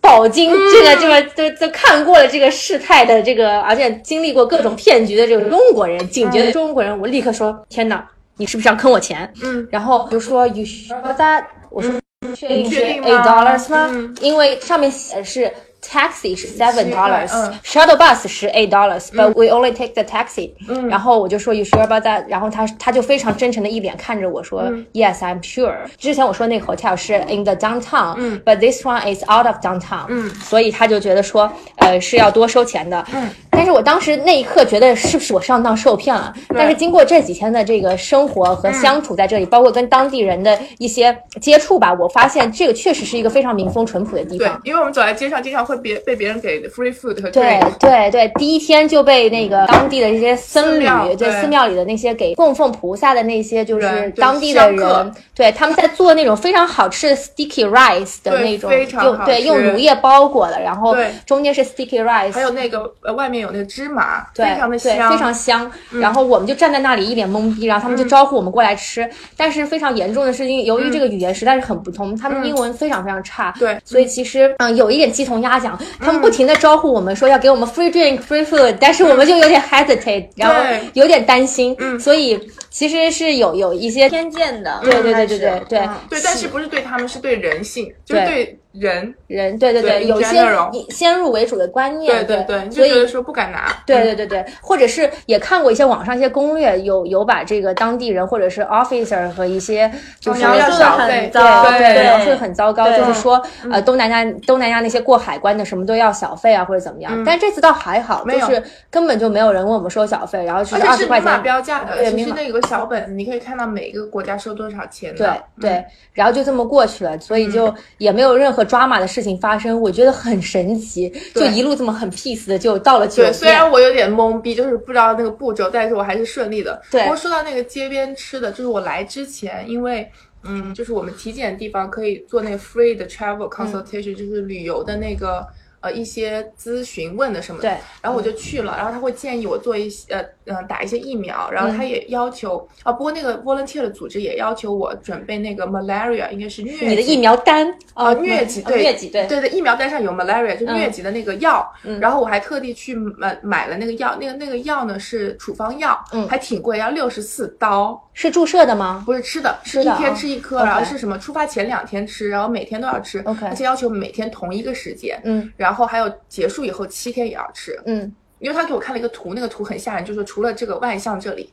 Speaker 5: 饱经这个这个都都看过了这个事态的这个，而且经历过各种骗局的这个中国人，警觉的中国人，我立刻说：“天哪，你是不是要坑我钱？”
Speaker 7: 嗯，
Speaker 5: 然后就说 “You sure about that？” 我说：“确定是
Speaker 7: 确定
Speaker 5: eight
Speaker 7: 吗
Speaker 5: dollars 吗？”
Speaker 7: 嗯
Speaker 5: 因为上面写的是 taxi 是 seven
Speaker 7: 块
Speaker 5: dollars，、
Speaker 7: 嗯
Speaker 5: shuttle bus 是 eight dollars，but、we only take the taxi、
Speaker 7: 嗯
Speaker 5: 然后我就说 you sure about that？然后他他就非常真诚的一脸看着我说、yes
Speaker 7: 嗯
Speaker 5: I'm sure。之前我说那个 hotel 是 in the downtown，、
Speaker 7: 嗯
Speaker 5: b u t this one is out of downtown。
Speaker 7: 嗯
Speaker 5: 所以他就觉得说呃是要多收钱的。
Speaker 7: 嗯，
Speaker 5: 但是我当时那一刻觉得是不是我上当受骗了？但是经过这几天的这个生活
Speaker 7: 嗯
Speaker 5: 和相处在这里，包括跟当地人的一些接触吧，我发现这个确实是一个非常民风淳朴的地
Speaker 7: 对
Speaker 5: 方。，
Speaker 7: 因为我们走在街上，经常会别被别人给 free food 和
Speaker 5: 对
Speaker 7: drink。
Speaker 5: 对对，第一天就被那个当地的这些僧侣
Speaker 7: 寺庙，
Speaker 5: 对
Speaker 7: 对
Speaker 5: 寺庙里的那些给供奉菩萨的那些，就是
Speaker 7: 人对
Speaker 5: 当地的
Speaker 7: 香客
Speaker 5: 人，对他们在做那种非常好吃的 sticky rice 的
Speaker 7: 对
Speaker 5: 那种，
Speaker 7: 非常
Speaker 5: 用
Speaker 7: 好
Speaker 5: 对
Speaker 7: 吃
Speaker 5: 用乳液包裹的，然后
Speaker 7: 对
Speaker 5: 中间是 sticky rice，
Speaker 7: 还有那个呃，外面有那个芝麻，
Speaker 5: 对，
Speaker 7: 非常的
Speaker 5: 对
Speaker 7: 香，嗯
Speaker 5: 非常香。然后我们就站在那里一脸懵逼，然后他们就招呼我们过来吃。但是非常严重的是，因为由于这个语言实在是很不通，他们英文非常非常差，
Speaker 7: 嗯对嗯
Speaker 5: 所以其实嗯有一点鸡同鸭讲，他们不停的招呼我们说要给我们 free drink free food，但是我们就有点 hesitate，然后有点担心，
Speaker 7: 嗯
Speaker 5: 所以其实是有有一些
Speaker 8: 偏见的，
Speaker 5: 对对对对对对
Speaker 8: 嗯
Speaker 7: 对，但是不是对他们，是对人性，就是对人，
Speaker 5: 人，对对
Speaker 7: 对
Speaker 5: 有
Speaker 7: in
Speaker 5: 些
Speaker 7: general
Speaker 5: 以先入为主的观
Speaker 7: 对
Speaker 5: 念，
Speaker 7: 对对，你
Speaker 5: 所
Speaker 7: 就
Speaker 5: 以
Speaker 7: 觉得说不敢拿，嗯
Speaker 5: 对对对对，或者是也看过一些网上一些攻略，有有把这个当地人或者是 officer 和一些就是
Speaker 7: 描述得很
Speaker 5: 对
Speaker 7: 糟
Speaker 5: 对
Speaker 7: 对嗯
Speaker 5: 描述得很糟糕，
Speaker 8: 对
Speaker 5: 就是说呃东南亚东南亚那些过海关的什么都要小费啊或者怎么样，但这次倒还好，
Speaker 7: 嗯没
Speaker 5: 就
Speaker 7: 有
Speaker 5: 是根本就没有人问我们收小费，然后只
Speaker 7: 而
Speaker 5: 是二
Speaker 7: 且
Speaker 5: 十
Speaker 7: 是
Speaker 5: 块
Speaker 7: 明码
Speaker 5: 钱。
Speaker 7: 标价
Speaker 5: 对
Speaker 7: 的，其
Speaker 5: 明
Speaker 7: 实
Speaker 5: 码
Speaker 7: 那个小本子你可以看到每个国家收多少钱
Speaker 5: 对
Speaker 7: 的，嗯
Speaker 5: 对，然后就这么过去了，所以就也没有任何抓马的事情发生，我觉得很神奇，就
Speaker 7: 对
Speaker 5: 一路这么很 peace 的就到了酒
Speaker 7: 对，
Speaker 5: 店。
Speaker 7: 虽然我有点懵逼，就是不知道那个步骤，但是我还是顺利的。
Speaker 5: 对
Speaker 7: 不过说到那个街边吃的，就是我来之前，因为嗯，就是我们体检的地方可以做那个 free 的 travel consultation，、就是旅游的那个。呃一些咨询问的什么的。
Speaker 5: 对。
Speaker 7: 然后我就去了，然后他会建议我做一些呃嗯、打一些疫苗，
Speaker 5: 嗯
Speaker 7: 然后他也要求、啊，不过那个 volunteer 的组织也要求我准备那个 malaria，应该是疟
Speaker 5: 你的
Speaker 7: 疾
Speaker 5: 疫苗单
Speaker 7: 啊，疟疾对，
Speaker 5: 疟疾对，
Speaker 7: 对疫苗单上有 malaria，就
Speaker 5: 嗯
Speaker 7: 疟疾的那个药，
Speaker 5: 嗯
Speaker 7: 然后我还特地去买买了那个药，那个那个药呢是处方药，
Speaker 5: 嗯
Speaker 7: 还挺贵，要六十四刀，
Speaker 5: 是注射的吗？
Speaker 7: 不是吃的，是
Speaker 5: 吃
Speaker 7: 一
Speaker 5: 的啊
Speaker 7: 天吃一颗，
Speaker 5: OK
Speaker 7: 然后是什么？出发前两天吃，然后每天都要吃
Speaker 5: OK
Speaker 7: 而且要求每天同一个时间，
Speaker 5: 嗯
Speaker 7: 然后还有结束以后七天也要吃，
Speaker 5: 嗯，
Speaker 7: 因为他给我看了一个图，那个图很吓人，就是除了这个外向这里，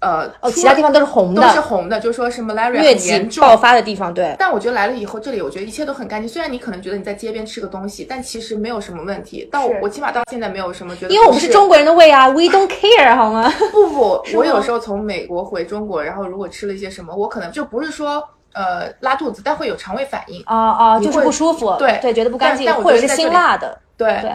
Speaker 7: 呃，
Speaker 5: 哦，
Speaker 7: 除
Speaker 5: 其他
Speaker 7: 了
Speaker 5: 地方都是红
Speaker 7: 都
Speaker 5: 的，
Speaker 7: 是红的，就说是 malaria
Speaker 5: 疟
Speaker 7: 很严
Speaker 5: 疾
Speaker 7: 重，
Speaker 5: 爆发的地方，对，
Speaker 7: 但我觉得来了以后，这里我觉得一切都很干净。虽然你可能觉得你在街边吃个东西，但其实没有什么问题。但我我起码到现在没有什么觉得不，
Speaker 5: 因为我们是中国人的胃啊，We don't care 好 吗？
Speaker 7: 不不，我有时候从美国回中国，然后如果吃了一些什么，我可能就不是说呃拉肚子，但会有肠胃反应。
Speaker 5: 哦哦，
Speaker 7: 你
Speaker 5: 就
Speaker 7: 会
Speaker 5: 是不舒服，
Speaker 7: 对
Speaker 5: 对，觉得不干净
Speaker 7: 但但，我
Speaker 5: 或者
Speaker 7: 觉得
Speaker 5: 是
Speaker 7: 在这
Speaker 5: 辛
Speaker 7: 里
Speaker 5: 辣的，
Speaker 7: 对
Speaker 5: 对，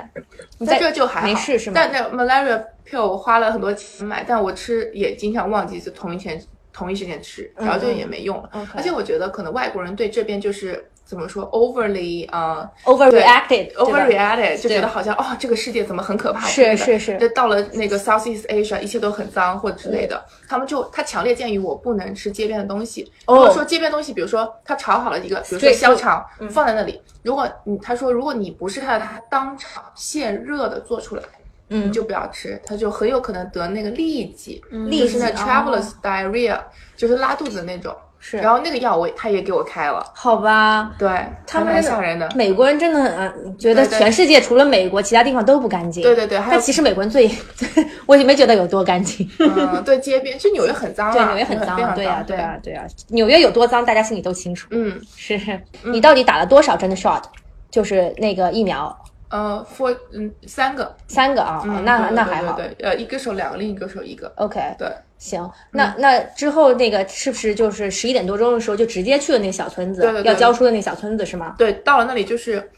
Speaker 5: 你
Speaker 7: 在
Speaker 5: 在
Speaker 7: 这就还好
Speaker 5: 没事是吗？
Speaker 7: 但那 malaria pill 我花了很多钱买，但我吃也经常忘记，就同一天同一时间吃，然后就也没用了。
Speaker 5: 嗯，OK
Speaker 7: 而且我觉得可能外国人对这边就是怎么说 overly 呃
Speaker 5: overreacted，对吧
Speaker 7: overreacted 就觉
Speaker 5: 对
Speaker 7: 得好像哦，这个世界怎么很可怕？
Speaker 5: 是是是
Speaker 7: 就到了那个 Southeast Asia，一切都很脏或之类的。他们就他强烈建议我不能吃街边的东西。
Speaker 5: 嗯哦
Speaker 7: 如果说街边东西，比如说他炒好了一个，比如说
Speaker 5: Street
Speaker 7: 香肠
Speaker 5: 嗯
Speaker 7: 放在那里，如果你他说如果你不是他的他当场现热的做出来。
Speaker 5: 嗯
Speaker 7: 你就不要吃，他就很有可能得那个痢疾，
Speaker 5: 痢
Speaker 7: 就是那
Speaker 5: 疾哦
Speaker 7: travelers diarrhea，、就是拉肚子的那种。
Speaker 5: 是
Speaker 7: 然后那个药我也他也给我开了，
Speaker 5: 好吧，
Speaker 7: 对，
Speaker 5: 他
Speaker 7: 还
Speaker 5: 们
Speaker 7: 蛮吓人的。
Speaker 5: 美国人真的很啊，觉得
Speaker 7: 对对
Speaker 5: 全世界除了美国，其他地方都不干净。
Speaker 7: 对对对还有
Speaker 5: 但其实美国人最， 我也没觉得有多干净。
Speaker 7: 嗯，对，街边，其实纽约很脏啊，
Speaker 5: 对，纽约很
Speaker 7: 非
Speaker 5: 脏，
Speaker 7: 常
Speaker 5: 对呀，对
Speaker 7: 对
Speaker 5: 呀，，对呀，啊纽约有多脏，大家心里都清楚。
Speaker 7: 嗯，
Speaker 5: 是你到底打了多少针的 shot？就是那个疫苗，
Speaker 7: 呃，four，嗯，三个，
Speaker 5: 三个啊，哦
Speaker 7: 嗯，
Speaker 5: 那
Speaker 7: 对
Speaker 5: 那
Speaker 7: 对
Speaker 5: 还
Speaker 7: 对
Speaker 5: 好。
Speaker 7: 对，嗯对呃，一个手两个，另一个手一个，
Speaker 5: OK，
Speaker 7: 对，
Speaker 5: 行，那那之后那个是不是就是十一点多钟的时候就直接去了那个小村子，
Speaker 7: 对对对
Speaker 5: 要教书的那个小村子是吗？
Speaker 7: 对，到了那里就是，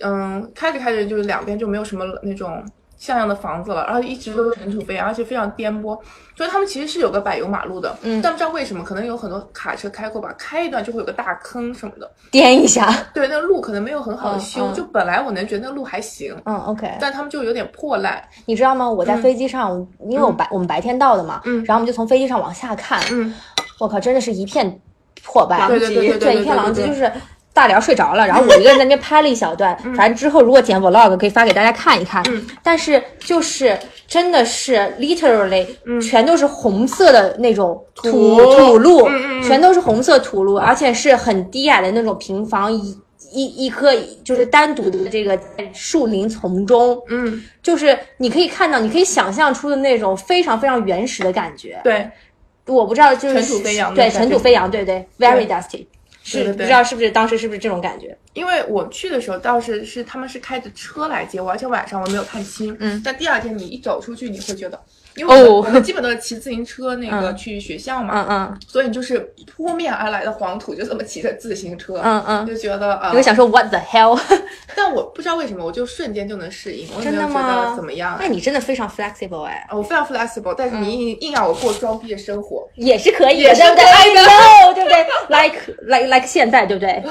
Speaker 7: 嗯，开着开着就是两边就没有什么那种像样的房子了，然后一直都是尘土飞扬，而且非常颠簸。就是他们其实是有个柏油马路的，嗯但不知道为什么，可能有很多卡车开过吧，开一段就会有个大坑什么的。
Speaker 5: 颠一下，
Speaker 7: 对，那路可能没有很好的
Speaker 5: 嗯
Speaker 7: 修，
Speaker 5: 嗯
Speaker 7: 就本来我能觉得那路还行，
Speaker 5: 嗯，OK。
Speaker 7: 但他们就有点破烂。
Speaker 5: 你知道吗？我在飞机上，因为我白我们白天到的嘛，
Speaker 7: 嗯
Speaker 5: 然后我们就从飞机上往下看，
Speaker 7: 嗯，
Speaker 5: 我靠，真的是一片破败，
Speaker 7: 对对对对对
Speaker 5: 一片狼藉，
Speaker 7: 对
Speaker 5: 就
Speaker 7: 对
Speaker 5: 是。大辽睡着了，然后我一个人在那边拍了一小段，反正之后如果剪 vlog 可以发给大家看一看。
Speaker 7: 嗯
Speaker 5: 但是就是真的是 literally、全都是红色的那种土
Speaker 7: 嗯土
Speaker 5: 土路，
Speaker 7: 嗯嗯嗯
Speaker 5: 全都是红色土路，而且是很低矮的那种平房，一一一棵就是单独的这个树林丛中，
Speaker 7: 嗯，
Speaker 5: 就是你可以看到，你可以想象出的那种非常非常原始的感觉。
Speaker 7: 对，
Speaker 5: 我不知道，就是
Speaker 7: 尘土飞扬的
Speaker 5: 对，
Speaker 7: 感觉
Speaker 5: 尘土飞扬，对对，very dusty，
Speaker 7: 对
Speaker 5: 是
Speaker 7: 对
Speaker 5: 不
Speaker 7: 对
Speaker 5: 知道是不是当时是不是这种感觉？
Speaker 7: 因为我去的时候倒是是他们是开着车来接我，而且晚上我没有看清。嗯，但第二天你一走出去，你会觉得，因为我们,、
Speaker 5: 哦
Speaker 7: 我们基本都是骑自行车那个
Speaker 5: 嗯
Speaker 7: 去学校嘛，
Speaker 5: 嗯嗯
Speaker 7: 所以你就是扑面而来的黄土，就这么骑着自行车，
Speaker 5: 嗯嗯，
Speaker 7: 就觉得啊，
Speaker 5: 你会想说 what the hell？
Speaker 7: 但我不知道为什么，我就瞬间就能适应，我也
Speaker 5: 真
Speaker 7: 没
Speaker 5: 的
Speaker 7: 有觉
Speaker 5: 吗
Speaker 7: 得怎么样。
Speaker 5: 那你真的非常 flexible 哎，
Speaker 7: 啊我非常 flexible，但是你
Speaker 5: 嗯
Speaker 7: 硬、硬要我过装逼的生活，
Speaker 5: 也是可以
Speaker 7: 也
Speaker 5: 的，
Speaker 7: 是
Speaker 5: 对不对
Speaker 7: 可
Speaker 5: ？I
Speaker 7: 以的
Speaker 5: know，对不 对？Like like like 现在，对不对？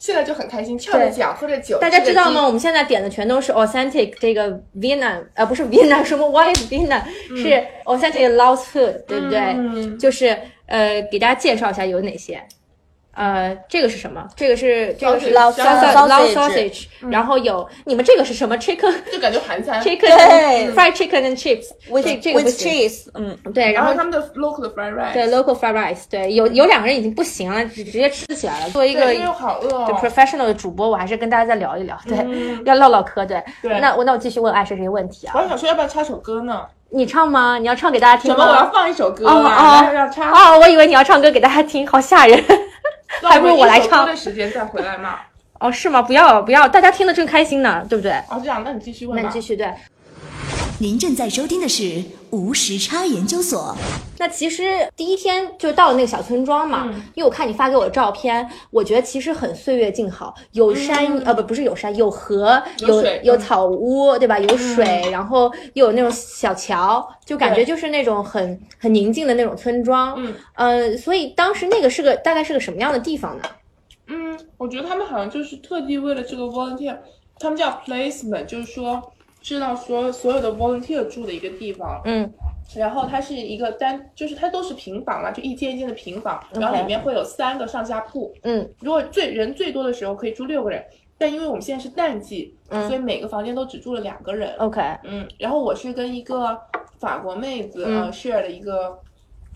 Speaker 7: 现在就很开心，跳着
Speaker 5: 对
Speaker 7: 脚，喝着酒，
Speaker 5: 大家
Speaker 7: 吃着
Speaker 5: 知道
Speaker 7: 鸡
Speaker 5: 吗？？我们现在点的全都是 authentic 这个 Vienna，呃，不是 Vienna，什 么 Why Vienna 是 authentic Laos food，对不对？
Speaker 7: 嗯
Speaker 5: 就是呃，给大家介绍一下有哪些。呃，这个是什么？这个是这个是
Speaker 7: Sausage 嗯
Speaker 5: sausage Laos
Speaker 8: sausage
Speaker 5: sausage，然后有你们这个是什么 chicken
Speaker 7: 就感觉韩餐。
Speaker 5: chicken fried chicken and chips，这这个不
Speaker 8: with
Speaker 5: 行。
Speaker 8: cheese，嗯，
Speaker 5: 对，然
Speaker 7: 然
Speaker 5: 后
Speaker 7: 后他们的 local 的 fried rice，
Speaker 5: 对 local fried rice，对，有有两个人已经不行了，直直接吃起来了。作为一
Speaker 7: 对
Speaker 5: 个
Speaker 7: 因为我好饿、
Speaker 5: 对
Speaker 7: 哦。嗯
Speaker 5: professional 的主播，我还是跟大家再聊一聊，对， 要唠唠嗑，对。
Speaker 7: 对
Speaker 5: 那我那我继续问爱谁谁问题
Speaker 7: 我
Speaker 5: 啊？
Speaker 7: 还想说，要不要插首歌呢？
Speaker 5: 你唱吗？你要唱给大家听
Speaker 7: 什
Speaker 5: 吗？
Speaker 7: 么？我要放一首歌
Speaker 5: 哦
Speaker 7: 啊！
Speaker 5: 哦
Speaker 7: 要要插，
Speaker 5: 哦，我以为你要唱歌给大家听，好吓人。
Speaker 7: 那们
Speaker 5: 还不如我来
Speaker 7: 一首歌
Speaker 5: 唱
Speaker 7: 的时间再回来 嘛。
Speaker 5: 哦，是吗？不要不要，大家听得正开心呢，对不对？
Speaker 7: 哦，这样，那你继续问
Speaker 5: 那你
Speaker 7: 吧
Speaker 5: 继。续对。
Speaker 6: 您正在收听的是无时差研究所。
Speaker 5: 那其实第一天就到了那个小村庄嘛，
Speaker 7: 嗯
Speaker 5: 因为我看你发给我的照片，我觉得其实很岁月静好，有山、呃不不是有山，有河，
Speaker 7: 嗯有
Speaker 5: 有
Speaker 7: 水嗯
Speaker 5: 有草屋，对吧？有水，然后又有那种小桥，就感觉
Speaker 7: 对
Speaker 5: 就是那种很很宁静的那种村庄。
Speaker 7: 嗯，
Speaker 5: 呃，所以当时那个是个大概是个什么样的地方呢？
Speaker 7: 嗯，我觉得他们好像就是特地为了这个 volunteer，他们叫 placement，就是说知道说所有的 volunteer 住的一个地方，
Speaker 5: 嗯，
Speaker 7: 然后它是一个单，就是它都是平房嘛，就一间一间的平房，然后里面会有三个上下铺，
Speaker 5: 嗯，
Speaker 7: 如果最人最多的时候可以住六个人，但因为我们现在是淡季，
Speaker 5: 嗯
Speaker 7: 所以每个房间都只住了两个人，
Speaker 5: OK，
Speaker 7: 嗯，然后我是跟一个法国妹子、呃 share 了一个，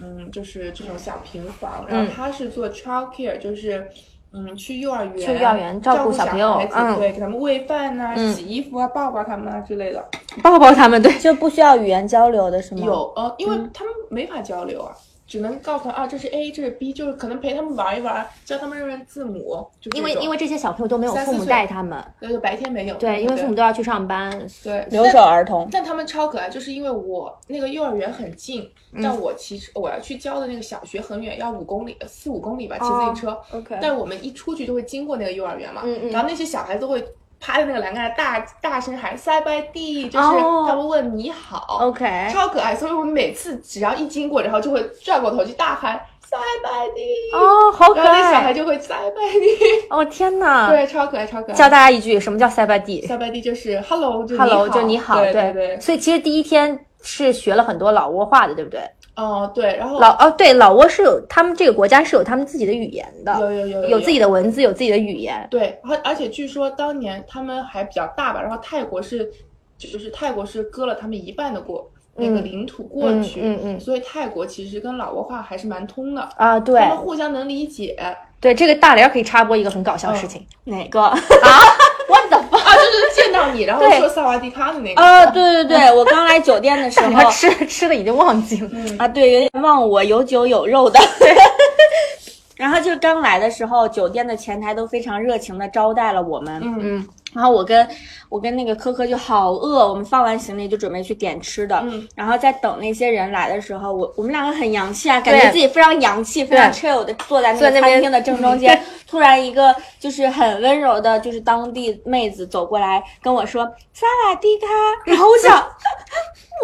Speaker 7: 嗯，就是这种小平房，然
Speaker 5: 嗯
Speaker 7: 后她是做 childcare，就是嗯去幼儿园
Speaker 5: 去幼儿园
Speaker 7: 照
Speaker 5: 照顾
Speaker 7: 小
Speaker 5: 小朋友
Speaker 7: 孩子
Speaker 5: 嗯
Speaker 7: 对，给他们喂饭呐、洗衣服啊、抱抱他们啊之类的。
Speaker 5: 抱抱他们，对，
Speaker 3: 就不需要语言交流的是
Speaker 5: 嗯
Speaker 3: 吗？
Speaker 7: 有呃，因为他们没法交流啊。只能告诉他啊，这是 A，这是 B，就是可能陪他们玩一玩，教他们认认字母，就
Speaker 5: 因为因
Speaker 7: 为
Speaker 5: 为这些小朋友都没有
Speaker 7: 三四
Speaker 5: 父母
Speaker 7: 岁
Speaker 5: 带他们，
Speaker 7: 对对白天没有
Speaker 5: 对，因为父母都要去上班，
Speaker 7: 对
Speaker 3: 留守儿童，
Speaker 7: 但他们超可爱，就是因为我那个幼儿园很近，
Speaker 5: 嗯
Speaker 7: 但我骑车我要去教的那个小学很远，要五公里、四五公里吧，骑
Speaker 5: 哦
Speaker 7: 自行车。
Speaker 3: OK
Speaker 7: 但我们一出去就会经过那个幼儿园嘛，
Speaker 5: 嗯
Speaker 7: 然后那些小孩子会趴在那个栏杆上大大声喊“塞拜地”，就是
Speaker 5: 哦
Speaker 7: 他会问你好
Speaker 5: OK
Speaker 7: 超可爱。所以我每次只要一经过，然后就会转过头去大喊“塞拜地”，
Speaker 5: 哦，好可
Speaker 7: 然后那小
Speaker 5: 爱
Speaker 7: 孩，就会“塞拜地
Speaker 5: 哦天”，哪，
Speaker 7: 对，超可爱，超可爱。
Speaker 5: 教大家一句，什么叫塞巴蒂
Speaker 7: 塞拜地就是 “hello”，就
Speaker 5: Hello，就你好，
Speaker 7: 对
Speaker 5: 对
Speaker 7: 对。
Speaker 5: 所以其实第一天是学了很多老挝话的，对不对？
Speaker 7: 哦，对，然后
Speaker 5: 老哦，对，老挝是有他们这个国家是有他们自己的语言的，
Speaker 7: 有有有
Speaker 5: 有自己的文字，有自己的语言。
Speaker 7: 对，而而且据说当年他们还比较大吧，然后泰国是，就是泰国是割了他们一半的过那个领土过
Speaker 5: 嗯
Speaker 7: 去，
Speaker 5: 嗯嗯
Speaker 7: 所以泰国其实跟老挝话还是蛮通的，
Speaker 5: 啊，对
Speaker 7: 他们互相能 理解啊，
Speaker 5: 对，这个大连可以插播一个很搞笑的
Speaker 7: 嗯
Speaker 5: 事情，
Speaker 2: 哪个？
Speaker 5: What the fuck？
Speaker 7: 就是见到你然后
Speaker 5: 对哦
Speaker 7: 说萨瓦迪卡的那个，
Speaker 3: 啊，对对 对，我刚来酒店的时候
Speaker 5: 他吃 吃的已经忘记了。
Speaker 3: 啊，对，有点忘我有酒有肉的。 然后就是刚来的时候，酒店的前台都非常热情的招待了我们。
Speaker 7: 嗯
Speaker 3: 嗯。然后我跟我跟那个科科就好饿，我们放完行李就准备去点吃的。
Speaker 7: 嗯。
Speaker 3: 然后在等那些人来的时候，我我们两个很洋气啊，感觉
Speaker 5: 对
Speaker 3: 自己非常洋气，非常 chill 的坐在那
Speaker 5: 坐
Speaker 3: 个
Speaker 5: 在那
Speaker 3: 餐
Speaker 5: 边
Speaker 3: 厅的正中间。 突然一个就是很温柔的，就是当地妹子走过来跟我说“萨瓦迪卡”，然后我想。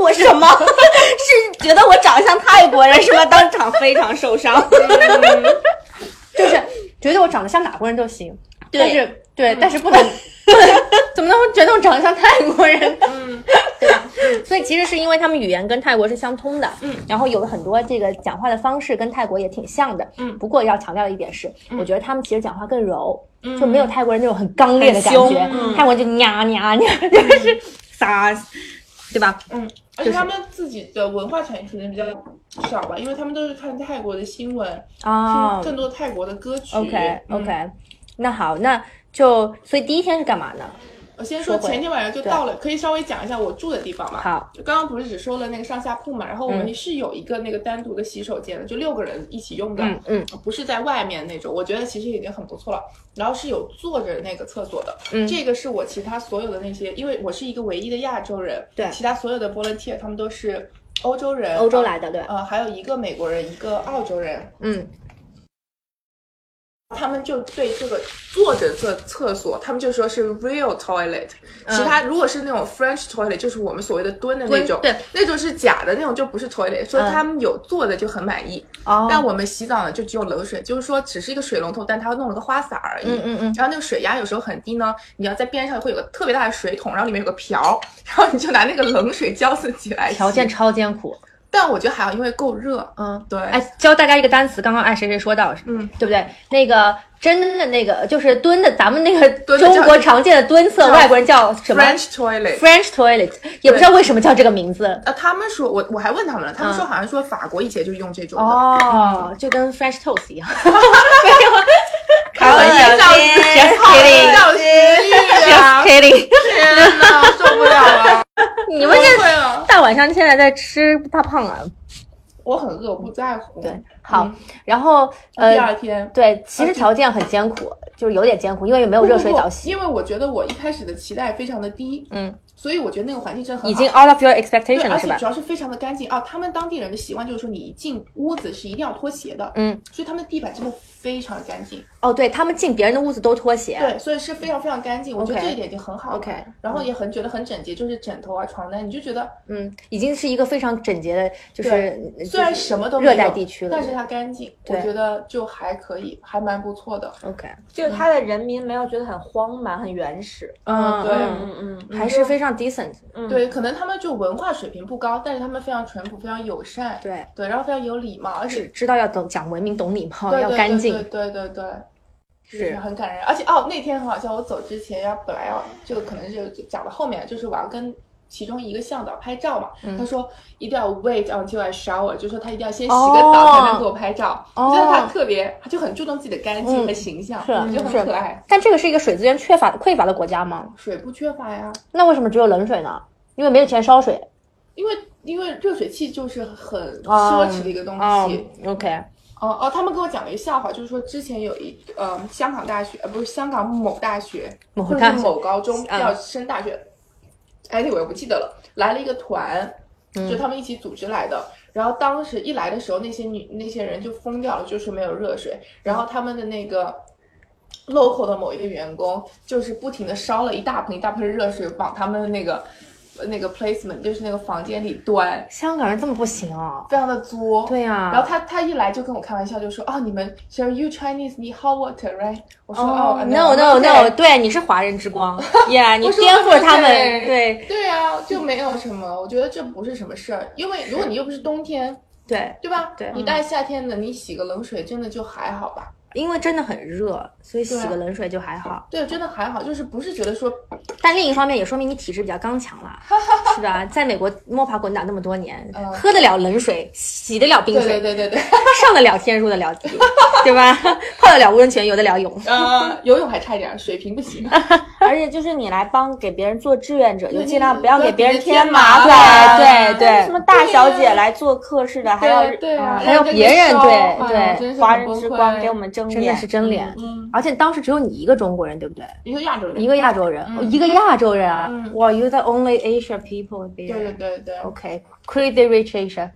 Speaker 3: 我什么？是觉得我长相泰国人是吧？当场非常受伤。
Speaker 5: 就是觉得我长得像哪国人都行，
Speaker 3: 对
Speaker 5: 但是对，嗯但是 不能怎么能觉得我长得像泰国人？嗯， 对吧？所以其实是因为他们语言跟泰国是相通的，嗯，然后有很多这个讲话的方式跟泰国也挺像的，嗯。不过要强调的一点是，我觉得他们其实讲话更柔，就没有泰国人那嗯种很嗯刚烈的感
Speaker 3: 很
Speaker 5: 觉
Speaker 3: 凶，
Speaker 5: 泰国人就nha nha nha，就是
Speaker 3: 撒，对吧？
Speaker 7: 嗯，而且他们自己的文化产业可能比较少吧，因为他们都是看泰国的新闻，
Speaker 5: 啊
Speaker 7: 听更多泰国的歌曲。
Speaker 5: OK
Speaker 7: 嗯
Speaker 5: OK，那好，那就所以第一天是干嘛呢？
Speaker 7: 我先说前天晚上就到了，可以稍微讲一下我住的地方嘛。
Speaker 5: 好，
Speaker 7: 刚刚不是只说了那个上下铺嘛，然后我
Speaker 5: 嗯
Speaker 7: 们是有一个那个单独的洗手间的，就六个人一起用的，
Speaker 5: 嗯嗯，
Speaker 7: 不是在外面那种，我觉得其实已经很不错了。然后是有坐着那个厕所的，
Speaker 5: 嗯
Speaker 7: 这个是我其他所有的那些，因为我是一个唯一的亚洲人，
Speaker 5: 对
Speaker 7: 其他所有的 volunteer 他们都是欧洲人，
Speaker 5: 欧洲来的对
Speaker 7: 呃，还有一个美国人，一个澳洲人，
Speaker 5: 嗯，
Speaker 7: 他们就对这个坐着厕厕所，他们就说是 real toilet，、其他如果是那种 French toilet，就是我们所谓的蹲的那种，
Speaker 5: 嗯蹲对，嗯
Speaker 7: 那种是假的，那种就不是 toilet，所以他们有坐的就很满意。
Speaker 5: 哦
Speaker 7: 但我们洗澡呢，就只有冷水，就是说只是一个水龙头，但它弄了个花洒而已。
Speaker 5: 嗯嗯嗯
Speaker 7: 然后那个水压有时候很低呢，你要在边上会有个特别大的水桶，然后里面有个瓢，然后你就拿那个冷水浇自己来洗。
Speaker 5: 条件，超艰苦，
Speaker 7: 但我觉得还好，因为够热。
Speaker 5: 嗯，
Speaker 7: 对，
Speaker 5: 哎，教大家一个单词，刚刚按谁谁说到，
Speaker 7: 嗯，
Speaker 5: 对不对？那个真的那个就是蹲的，咱们那个
Speaker 7: 蹲的叫
Speaker 5: 中国常见的蹲厕，
Speaker 7: 叫
Speaker 5: 外国人叫什么
Speaker 7: French toilet。
Speaker 5: French toilet，也不知道为什么叫这个名字。
Speaker 7: 呃，他们说，我我还问他们了，他们说好像说法国以前就用这种的，
Speaker 5: 嗯哦，就跟 French toast 一样，
Speaker 7: 开玩笑，造哎
Speaker 5: ，just kidding，just
Speaker 7: 造实力啊！
Speaker 5: kidding。
Speaker 7: 天哪，受不了了，
Speaker 5: 你们这
Speaker 7: 崩溃了，
Speaker 5: 大晚上现在在吃大胖啊？
Speaker 7: 我很饿，我不在乎。
Speaker 5: 对，好，然后
Speaker 7: 嗯第二
Speaker 5: 呃，
Speaker 7: 天。
Speaker 5: 对，其实条件很艰苦，就是有点艰苦，因为也没有热水
Speaker 7: 不不
Speaker 5: 澡
Speaker 7: 不
Speaker 5: 洗。
Speaker 7: 因为我觉得我一开始的期待非常的低，
Speaker 5: 嗯，
Speaker 7: 所以我觉得那个环境真的很好。
Speaker 5: 已经 out of your
Speaker 7: 对，
Speaker 5: expectation 了
Speaker 7: 而
Speaker 5: 是
Speaker 7: 且
Speaker 5: 吧
Speaker 7: 主？要是非常的干净啊。他们当地人的习惯就是说，你一进屋子是一定要脱鞋的，
Speaker 5: 嗯，
Speaker 7: 所以他们地板真的非常干净，
Speaker 5: 哦，对他们进别人的屋子都脱鞋，
Speaker 7: 对，所以是非常非常干净。我觉得
Speaker 5: OK
Speaker 7: 这一点已经很好了
Speaker 5: OK
Speaker 7: 然后也很觉得很整洁，就是枕头啊、床单，你就觉得
Speaker 5: 嗯，已经是一个非常整洁的，就是
Speaker 7: 对
Speaker 5: 就是
Speaker 7: 虽然什么都没有
Speaker 5: 热带地区了，
Speaker 7: 但是它干净，我
Speaker 5: 对
Speaker 7: 觉得就还可以，还蛮不错的。
Speaker 5: OK，
Speaker 9: 就是他的人民没有觉得很荒蛮、很原始。
Speaker 7: 对
Speaker 5: 嗯
Speaker 9: 嗯
Speaker 5: 嗯，还是非常 decent，
Speaker 9: 嗯
Speaker 7: 对，可能他们就文化水平不高，但是他们非常淳朴，非常友善，
Speaker 5: 对，
Speaker 7: 对，然后非常有礼貌，而且
Speaker 5: 知知道要懂讲文明，懂礼貌，
Speaker 7: 对
Speaker 5: 哦要
Speaker 7: 对
Speaker 5: 干
Speaker 7: 对
Speaker 5: 净
Speaker 7: 对，对对对。就是
Speaker 5: 是
Speaker 7: 很感人，而且哦，那天很好笑。我走之前要本来要这个可能是讲到后面，就是我要跟其中一个向导拍照嘛。
Speaker 5: 嗯
Speaker 7: 他说一定要 wait until I shower，就说他一定要先洗个
Speaker 5: 哦
Speaker 7: 澡才能给我拍照。
Speaker 5: 哦
Speaker 7: 我觉得他特别，他就很注重自己的干净
Speaker 5: 嗯
Speaker 7: 和形象，
Speaker 5: 是
Speaker 7: 我觉得
Speaker 5: 是
Speaker 7: 很可爱。
Speaker 5: 但这个是一个水资源缺乏匮乏的国家吗？
Speaker 7: 水不缺乏呀，
Speaker 5: 那为什么只有冷水呢？因为没有钱烧水。
Speaker 7: 因为因为热水器就是很
Speaker 5: 哦
Speaker 7: 奢侈的一个东西。
Speaker 5: 哦，OK，
Speaker 7: 哦哦，他们跟我讲了一个笑话，就是说之前有一呃香港大学，呃不是香港某大学，
Speaker 5: 某
Speaker 7: 或者
Speaker 5: 大
Speaker 7: 是
Speaker 5: 学
Speaker 7: 某高中
Speaker 5: 嗯
Speaker 7: 要升大学，哎，那我也不记得了，来了一个团，
Speaker 5: 嗯
Speaker 7: 就他们一起组织来的。然后当时一来的时候，那些女那些人就疯掉了，就是没有热水。然后他们的那个 local 的某一个员工，就是不停的烧了一大盆一大盆热水往他们的那个呃那个 placement，就是那个房间里端，
Speaker 5: 香港人这么不行啊？
Speaker 7: 非常的作。
Speaker 5: 对呀、
Speaker 7: 然后他他一来就跟我开玩笑，就说哦，你们 so you Chinese need hot water right？我说
Speaker 5: 哦、
Speaker 7: 哦
Speaker 5: no no no，对，你是华人之 光，yeah，你
Speaker 7: 我说
Speaker 5: 颠覆了他们，
Speaker 7: 对
Speaker 5: 对
Speaker 7: 对啊，就没有什么，我觉得这不是什么事儿，因为如果你又不是冬天，
Speaker 5: 对，
Speaker 7: 对吧？
Speaker 5: 对
Speaker 7: 你大夏天的，你洗个冷水真的就还好吧？
Speaker 5: 因为真的很热，所以洗
Speaker 7: 对
Speaker 5: 个冷水就还好。
Speaker 7: 对，真的还好，就是不是觉得说
Speaker 5: 但另一方面也说明你体质比较刚强 了，是吧？在美国摸爬滚打那么多年，
Speaker 7: 嗯
Speaker 5: 喝得了冷水，洗得了冰
Speaker 7: 对
Speaker 5: 水，
Speaker 7: 对对对对，
Speaker 5: 上得了天，入得了地， 对吧？泡得了温泉，游得了泳。
Speaker 3: 啊
Speaker 7: 呃， 游泳还差一点，水平不行。
Speaker 3: 而且就是你来帮给别人做志愿者，就
Speaker 7: 对
Speaker 3: 尽量不
Speaker 7: 不
Speaker 3: 要
Speaker 7: 要
Speaker 3: 给
Speaker 7: 给
Speaker 3: 别
Speaker 7: 别
Speaker 3: 人
Speaker 7: 人
Speaker 3: 添
Speaker 7: 添
Speaker 3: 麻
Speaker 7: 麻
Speaker 3: 烦。
Speaker 5: 烦对对
Speaker 3: 什么大小姐来做客似的，还要
Speaker 7: 对对啊，
Speaker 3: 嗯
Speaker 5: 还有
Speaker 7: 让
Speaker 5: 别人
Speaker 7: 烧
Speaker 5: 对
Speaker 7: 哎呀
Speaker 5: 对
Speaker 7: 真是
Speaker 3: 华
Speaker 7: 很
Speaker 3: 人
Speaker 7: 崩
Speaker 3: 之
Speaker 7: 溃
Speaker 3: 光给我们争
Speaker 5: 真的是
Speaker 3: 脸。
Speaker 5: 真脸，而且当时只有你一个中国人，对不对？
Speaker 7: 一个亚洲人，
Speaker 5: 一个亚洲人，哦一个亚洲人啊！哇，you the only Asian people there。
Speaker 7: 对对对对，
Speaker 5: OK，Crazy Rich Asian。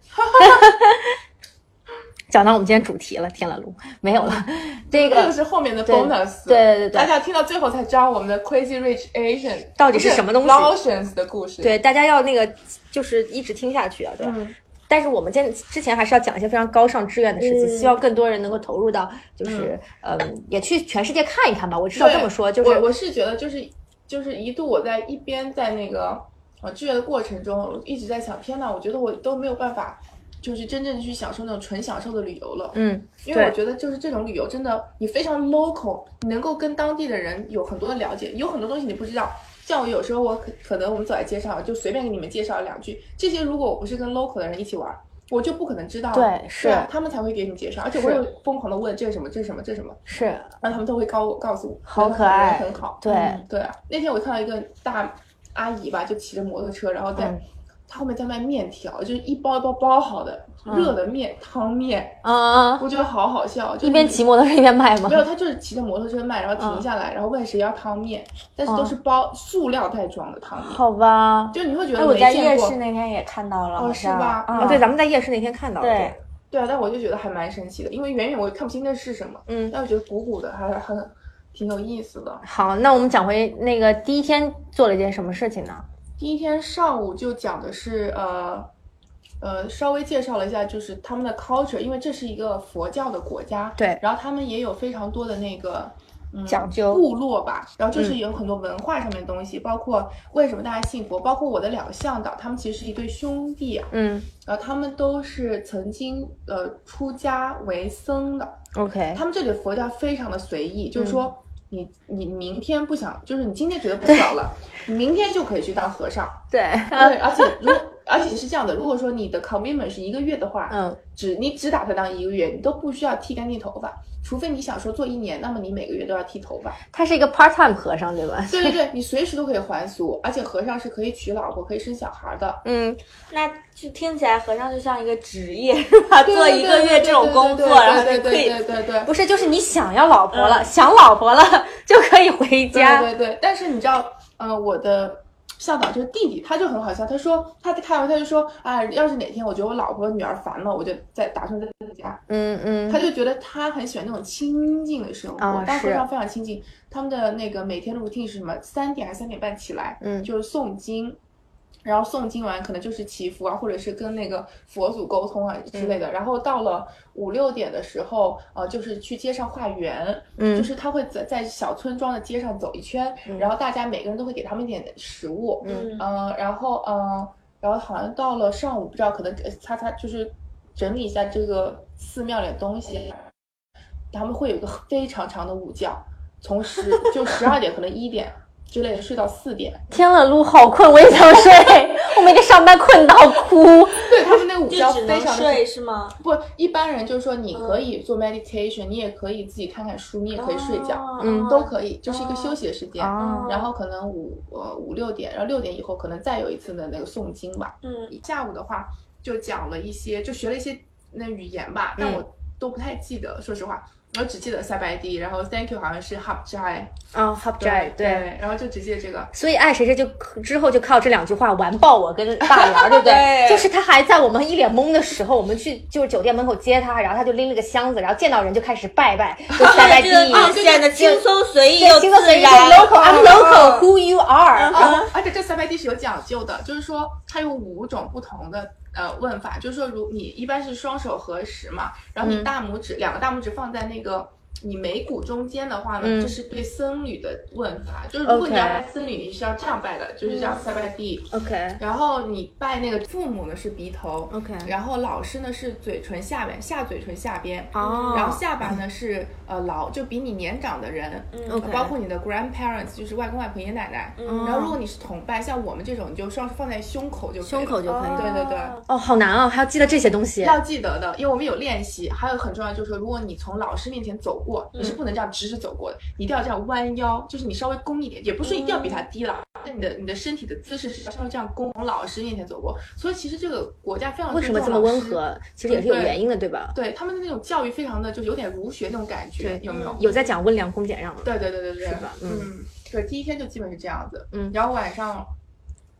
Speaker 5: 讲到我们今天主题了，天了噜，没有了。这
Speaker 7: 嗯这个
Speaker 5: 个
Speaker 7: 是后面的
Speaker 5: 对
Speaker 7: bonus，
Speaker 5: 对对对对
Speaker 7: 大家听到最后才知道我们的 Crazy Rich Asian
Speaker 5: 到底是什么东西
Speaker 7: l a o t i a n s 的故事，，
Speaker 5: 对大家要那个就是一直听下去啊，对
Speaker 7: 嗯
Speaker 5: 吧。但是我们今之前还是要讲一些非常高尚志愿的事情，希望更多人能够投入到，就是嗯也去全世界看一看吧。我至少这么说，就
Speaker 7: 我
Speaker 5: 是
Speaker 7: 我是觉得就是就是一度我在一边在那个呃志愿的过程中，我一直在想，天呐，我觉得我都没有办法。就是真正去享受那种纯享受的旅游了，
Speaker 5: 嗯，
Speaker 7: 因为我
Speaker 5: 对
Speaker 7: 觉得就是这种旅游真的，你非常 local，你能够跟当地的人有很多的了解，有很多东西你不知道。像我有时候我可可能我们走在街上，啊就随便给你们介绍两句，这些如果我不是跟 local 的人一起玩，我就不可能知道。
Speaker 5: 对是
Speaker 7: 啊他们才会给你介绍，而且我
Speaker 5: 是
Speaker 7: 有疯狂的问这是什么，这是什么，这是什么，
Speaker 5: 是
Speaker 7: 然后他们都会告告诉我，
Speaker 5: 好
Speaker 7: 觉得
Speaker 5: 可
Speaker 7: 他们人
Speaker 5: 爱
Speaker 7: 很好。
Speaker 5: 对
Speaker 7: 嗯对啊，那天我看到一个大阿姨吧，就骑着摩托车，然后在。
Speaker 5: 嗯
Speaker 7: 她后面在卖面条，就是一包一包包好的、热的面汤面，
Speaker 5: 嗯啊，
Speaker 7: 我觉得好好笑。就
Speaker 5: 一边
Speaker 7: 你
Speaker 5: 骑摩托车嗯一边卖吗
Speaker 7: 没？有，他就是骑着摩托车卖，然后停下来，然后问谁要汤面，但是都是包塑料袋装的汤面，
Speaker 5: 好吧。
Speaker 7: 就你会觉
Speaker 3: 哎，
Speaker 7: 得
Speaker 3: 我
Speaker 7: 没
Speaker 3: 在
Speaker 7: 见
Speaker 3: 夜
Speaker 7: 过
Speaker 3: 市。那天也看到了，
Speaker 7: 哦
Speaker 3: 好
Speaker 7: 是
Speaker 3: 像
Speaker 7: 吧
Speaker 3: 嗯
Speaker 5: 啊，对，咱们在夜市那天看到的。
Speaker 3: 对，
Speaker 7: 对啊，但我就觉得还蛮神奇的，因为远远我也看不清那是什么，
Speaker 5: 嗯
Speaker 7: 但我觉得鼓鼓的还很挺有意思的。
Speaker 5: 好，那我们讲回那个第一天做了一件什么事情呢？
Speaker 7: 第一天上午就讲的是呃。呃，稍微介绍了一下，就是他们的 culture，因为这是一个佛教的国家，
Speaker 5: 对
Speaker 7: 然后他们也有非常多的那个嗯
Speaker 5: 讲究嗯
Speaker 7: 部落吧，然后就是有很多文化上面的东西，包括为什么大家信佛，包括我的两个向导，他们其实是一对兄弟啊，
Speaker 5: 嗯
Speaker 7: 然后他们都是曾经呃出家为僧的，
Speaker 5: ，OK，嗯
Speaker 7: 他们这里的佛教非常的随意，就是说你你明天不想，就是你今天觉得不想了，你明天就可以去当和尚。
Speaker 5: 对，
Speaker 7: 对，而且如果而且是这样的，如果说你的 commitment 是一个月的话，
Speaker 5: 嗯，
Speaker 7: 只你只打算当一个月，你都不需要剃干净头发，除非你想说做一年，那么你每个月都要剃头发。
Speaker 5: 他是一个 part time 和尚，对吧？
Speaker 7: 对对对，你随时都可以还俗，而且和尚是可以娶老婆、可以生小孩的。
Speaker 5: 嗯，
Speaker 3: 那就听起来和尚就像一个职业是吧？
Speaker 7: 对
Speaker 3: 做一个月这种工作，然后
Speaker 7: 对
Speaker 3: 就
Speaker 7: 对
Speaker 3: 可以
Speaker 7: 对对对对对。
Speaker 5: 不是，就是你想要
Speaker 9: 嗯
Speaker 5: 老婆了，想老婆了就可以回家。
Speaker 7: 对对对，但是你知道，呃，我的向导这个弟弟，他就很好笑，他说他在开玩笑就说啊，要是哪天我觉得我老婆女儿烦了，我就在打算在自己家。
Speaker 5: 嗯嗯，
Speaker 7: 他就觉得他很喜欢那种清静的生活，
Speaker 5: 啊
Speaker 7: 大
Speaker 5: 是
Speaker 7: 河上非常清静。他们的那个每天的 routine 是什么？三点还是三点半起来，
Speaker 5: 嗯
Speaker 7: 就是诵经。然后诵经完，可能就是祈福啊，或者是跟那个佛祖沟通啊之类的。然后到了五六点的时候，呃，就是去街上化缘，
Speaker 5: 嗯
Speaker 7: 就是他会在在小村庄的街上走一圈，然后大家每个人都会给他们一点食物，嗯，呃、然后嗯、呃然后好像到了上午，不知道可能呃擦擦就是整理一下这个寺庙里的东西，他们会有一个非常长的午觉，从十就十二点可能一点之类的睡到四点，
Speaker 5: 天了噜，好困，我也想睡，我每天上班困到哭。
Speaker 7: 对他们那个午
Speaker 8: 就
Speaker 7: 觉
Speaker 8: 只
Speaker 7: 非
Speaker 8: 能
Speaker 7: 常的
Speaker 8: 睡是吗？嗯
Speaker 7: 不一般人就是说你可以做 meditation，、你也可以自己看看书，你也可以睡觉，
Speaker 8: 哦
Speaker 5: 嗯
Speaker 7: 都可以，就是一个休息的时间。
Speaker 5: 啊
Speaker 7: 然后可能五呃五六点，然后六点以后可能再有一次的那个诵经吧。
Speaker 8: 嗯，
Speaker 7: 下午的话就讲了一些，就学了一些那语言吧，但我都不太记得，说实话，我只记得 s a b a d 然后 thank you 好像是 hub jai，
Speaker 5: 啊 h o p Jive，对。
Speaker 7: 然后就只记得这个。
Speaker 5: 所以爱谁谁就之后就靠这两句话完爆我跟大圆儿，对不对？
Speaker 8: 对
Speaker 5: 就是他还在我们一脸懵的时候，我们去就是酒店门口接他，然后他就拎了个箱子，然后见到人就开始拜拜，嗯
Speaker 9: 哦
Speaker 5: 就拜 拜地，
Speaker 8: 就是显得轻松随意又
Speaker 5: 对，轻松随
Speaker 8: 自
Speaker 5: 意
Speaker 8: 然。
Speaker 5: ，local，I'm local who you are，
Speaker 7: 啊，而且这三 a d 是有讲究的，就是说它有五种不同的呃问法，就是说如你一般是双手合十嘛，
Speaker 5: 嗯
Speaker 7: 然后你大拇指、两个大拇指放在那个。你眉骨中间的话呢，
Speaker 5: 嗯
Speaker 7: 这是对僧侣的问法，就是如果
Speaker 5: OK
Speaker 7: 你
Speaker 5: 嗯
Speaker 7: 要拜僧侣，你是要这样拜的，就是这样三拜地。
Speaker 5: OK
Speaker 7: 然后你拜那个父母呢是鼻头
Speaker 5: OK
Speaker 7: 然后老师呢是嘴唇下面，下嘴唇下边，
Speaker 5: 哦
Speaker 7: 然后下巴呢是呃老，就比你年长的人，
Speaker 5: 嗯
Speaker 7: 呃
Speaker 5: OK 嗯
Speaker 7: 包括你的 grandparents，就是外公外婆、爷爷奶奶。然后如果你是同拜，像我们这种，你就双手放在胸口就可以了
Speaker 5: 胸口就可以了
Speaker 7: 对对对。
Speaker 5: 哦，好难哦，还要记得这些东西。
Speaker 7: 要记得的，因为我们有练习，还有很重要就是说，如果你从老师面前走过，
Speaker 5: 嗯
Speaker 7: 你是不能这样直直走过的，你一定要这样弯腰，就是你稍微弓一点，也不是一定要
Speaker 5: 嗯
Speaker 7: 比他低了，但你的你的身体的姿势是要稍微这样弓，从老师面前走过。所以其实这个国家非常
Speaker 5: 为什么这么
Speaker 7: 注重
Speaker 5: 温
Speaker 7: 老师？
Speaker 5: 和？其实也是有原因的，对吧？
Speaker 7: 对他们的那种教育非常的就是有点儒学那种感觉，有没有？
Speaker 5: 嗯有在讲温良恭俭让了。
Speaker 7: 对对对对对，
Speaker 5: 是吧嗯
Speaker 7: 嗯，对，第一天就基本是这样子，
Speaker 5: 嗯
Speaker 7: 然后晚上，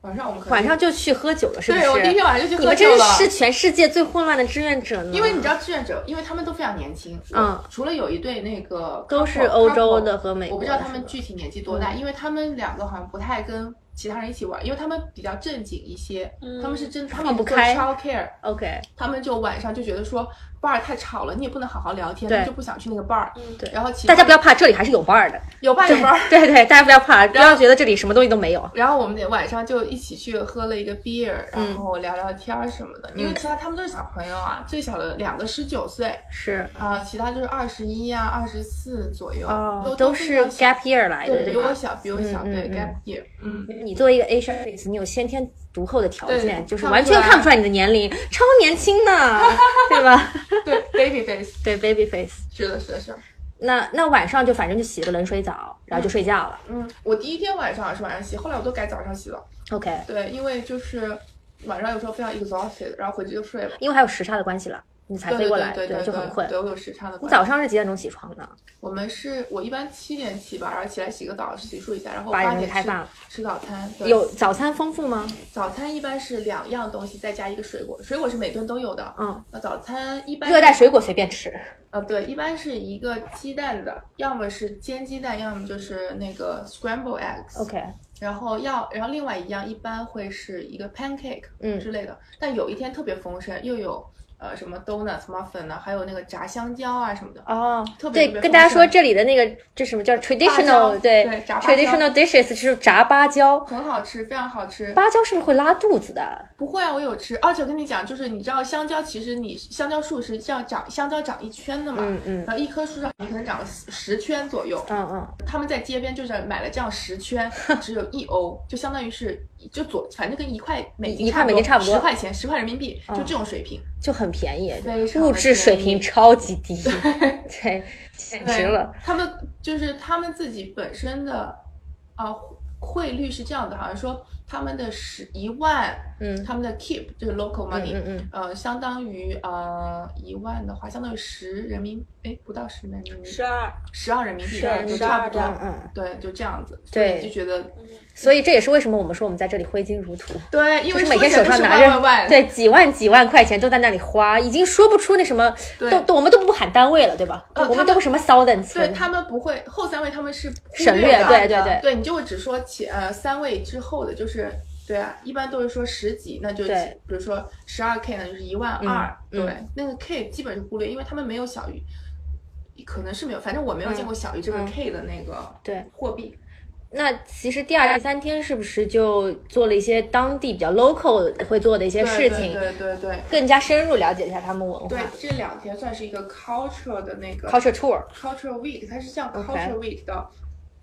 Speaker 7: 晚上我们可能
Speaker 5: 晚上就去喝酒了，是不
Speaker 7: 对我第一
Speaker 5: 是？
Speaker 7: 天晚上就去
Speaker 5: 你
Speaker 7: 喝
Speaker 5: 们
Speaker 7: 酒
Speaker 5: 真
Speaker 7: 了。
Speaker 5: 是全世界最混乱的志愿者呢。
Speaker 7: 因为你知道志愿者，因为他们都非常年轻，
Speaker 5: 嗯，
Speaker 7: 除了有一对那个
Speaker 5: 都是
Speaker 7: couple-
Speaker 5: 欧洲的嗯和美
Speaker 7: couple，
Speaker 5: 国
Speaker 7: 我不知道他们具体年纪多大，因为他们两个好像不太跟其他人一起玩，因为他们比较正经一些，他们是真他
Speaker 5: 嗯
Speaker 7: 们
Speaker 5: 放不
Speaker 7: 也是做
Speaker 5: 开
Speaker 7: child care，
Speaker 5: OK，
Speaker 7: 他们就晚上就觉得说 bar 太吵了，你也不能好好聊天，
Speaker 5: 对嗯
Speaker 7: 他们就不想去那个 bar，
Speaker 5: 对
Speaker 7: 然后其他
Speaker 5: 大家不要怕，这里还是有伴儿的。
Speaker 7: 有 bar 有 bar。
Speaker 5: 对对，大家不要怕，不要觉得这里什么东西都没有。
Speaker 7: 然后我们得晚上就一起去喝了一个 beer，然
Speaker 5: 嗯
Speaker 7: 后聊聊天儿什么的。因为其他他们都是小朋友啊，最小的两个十九岁，
Speaker 5: 是
Speaker 7: 啊，其他就是二十一啊、二十四左右，
Speaker 5: 哦
Speaker 7: 都，
Speaker 5: 都
Speaker 7: 非
Speaker 5: 是
Speaker 7: 常小
Speaker 5: gap year 来的，
Speaker 7: 对，
Speaker 5: 对
Speaker 7: 比我
Speaker 5: 吧？
Speaker 7: 小，比我小，
Speaker 5: 嗯
Speaker 7: 对
Speaker 5: 嗯
Speaker 7: gap year，嗯，
Speaker 5: 你作为一个 Asian face，你有先天独厚的条件，
Speaker 7: 对
Speaker 5: 就是
Speaker 7: 看不
Speaker 5: 完全
Speaker 7: 出来
Speaker 5: 看不出来你的年龄，超年轻 呢，对吧？
Speaker 7: 对，baby face，
Speaker 5: 对 baby face。
Speaker 7: 是的，是的，是的，
Speaker 5: 那那晚上就反正就洗个冷水澡，然后就睡觉了。
Speaker 7: 嗯，我第一天晚上是晚上洗，后来我都改早上洗了，
Speaker 5: OK，
Speaker 7: 对，因为就是晚上有时候非常 exhausted，然后回去就睡了，
Speaker 5: 因为还有时差的关系了，你才
Speaker 7: 对
Speaker 5: 飞
Speaker 7: 对
Speaker 5: 过
Speaker 7: 对
Speaker 5: 来，
Speaker 7: 对对，
Speaker 5: 就很困
Speaker 7: 对，。我有时差的
Speaker 5: 你
Speaker 7: 关系。
Speaker 5: 早上是几点钟起床的？
Speaker 7: 我们是我一般七点起吧，然后起来洗个澡，洗漱一下，然后
Speaker 5: 八
Speaker 7: 八
Speaker 5: 点
Speaker 7: 点
Speaker 5: 就开
Speaker 7: 吃
Speaker 5: 饭了
Speaker 7: 吃早餐，对
Speaker 5: 有早餐丰富吗？
Speaker 7: 早餐一般是两样东西再加一个水果，水果是每顿都有的，
Speaker 5: 嗯，
Speaker 7: 那早餐一般
Speaker 5: 热带水果随便吃。
Speaker 7: 呃，对，一般是一个鸡蛋的，要么是煎鸡蛋，要么就是那个 scramble eggs。
Speaker 5: OK，
Speaker 7: 然后要，然后另外一样一般会是一个 pancake，
Speaker 5: 嗯
Speaker 7: 之类的。但有一天特别丰盛，又有呃什么 donuts、muffin 呢、还有那个炸香蕉啊什么的。
Speaker 5: 哦
Speaker 7: 特，别
Speaker 5: 对
Speaker 7: 特，别
Speaker 5: 跟大家
Speaker 7: 丰盛
Speaker 5: 说这里的那个这什么叫 traditional
Speaker 7: 对炸芭蕉
Speaker 5: traditional dishes 就是炸芭蕉，
Speaker 7: 很好吃，非常好吃。
Speaker 5: 芭蕉是不是会拉肚子的？
Speaker 7: 不会啊，我有吃。而且我跟你讲，就是你知道香蕉，其实你香蕉树是这样长，香蕉长一圈的嘛，
Speaker 5: 嗯嗯
Speaker 7: 然后一棵树上你可能长了十十圈左右，
Speaker 5: 嗯嗯，
Speaker 7: 他们在街边就是买了这样十 圈，只有一欧，就相当于是就左，反正跟一块美金
Speaker 5: 一块美金差不多嗯
Speaker 7: 十块钱，十块人民币，就这种水平。
Speaker 5: 就很便宜
Speaker 7: 非，常
Speaker 5: 物
Speaker 7: 的
Speaker 5: 质水
Speaker 7: 便
Speaker 5: 平
Speaker 7: 宜
Speaker 5: 超级低， 对，简直了。
Speaker 7: 他们就是他们自己本身的啊、汇率是这样的，好像说他们的十一万，
Speaker 5: 嗯
Speaker 7: 他们的 keep 就是 local
Speaker 5: 嗯
Speaker 7: money，、
Speaker 5: 嗯嗯，
Speaker 7: 呃，相当于呃一万的话，相当于十人民，哎，不到十人民币，
Speaker 8: 十二，
Speaker 7: 十二人民币，
Speaker 8: 12
Speaker 7: 就差
Speaker 8: 12
Speaker 7: 不多
Speaker 8: 的，
Speaker 5: 嗯
Speaker 7: 对，就这样子，
Speaker 5: 对
Speaker 7: 所以就觉得
Speaker 5: 所以这也是为什么我们说我们在这里挥金如土，
Speaker 7: 对，因
Speaker 5: 就
Speaker 7: 为
Speaker 5: 是每天
Speaker 7: 说
Speaker 5: 手
Speaker 7: 起来
Speaker 5: 上
Speaker 7: 都
Speaker 5: 拿
Speaker 7: 是万万
Speaker 5: 着
Speaker 7: 万，
Speaker 5: 对几万几万块钱都在那里花，已经说不出那什么，
Speaker 7: 对
Speaker 5: 都都我们都不喊单位了，对吧？
Speaker 7: 呃
Speaker 5: 我
Speaker 7: 他
Speaker 5: 们
Speaker 7: 们
Speaker 5: 都不什么 thousand
Speaker 7: 对
Speaker 5: 钱，
Speaker 7: 他们不会后三位他们是忽
Speaker 5: 省略，
Speaker 7: 的
Speaker 5: 对对对。
Speaker 7: 对你就会只说前呃三位之后的，就是对啊，一般都是说十几，那就
Speaker 5: 对
Speaker 7: 起比如说十二 k 呢，就是一万二、
Speaker 5: 嗯
Speaker 7: 对，那个 k 基本是忽略，因为他们没有小于，可能是没有，反正我没有见过小于这个 k 的那个
Speaker 5: 嗯对
Speaker 7: 货币，
Speaker 5: 那其实第二、第三天是不是就做了一些当地比较 local 会做的一些事
Speaker 7: 对
Speaker 5: 情，
Speaker 7: 对对对对
Speaker 5: 更加深入了解一下他们文化
Speaker 7: 对，这两天算是一个 culture 的那个
Speaker 5: ，culture tour
Speaker 7: culture week，它是叫
Speaker 5: OK
Speaker 7: culture week 的。嗯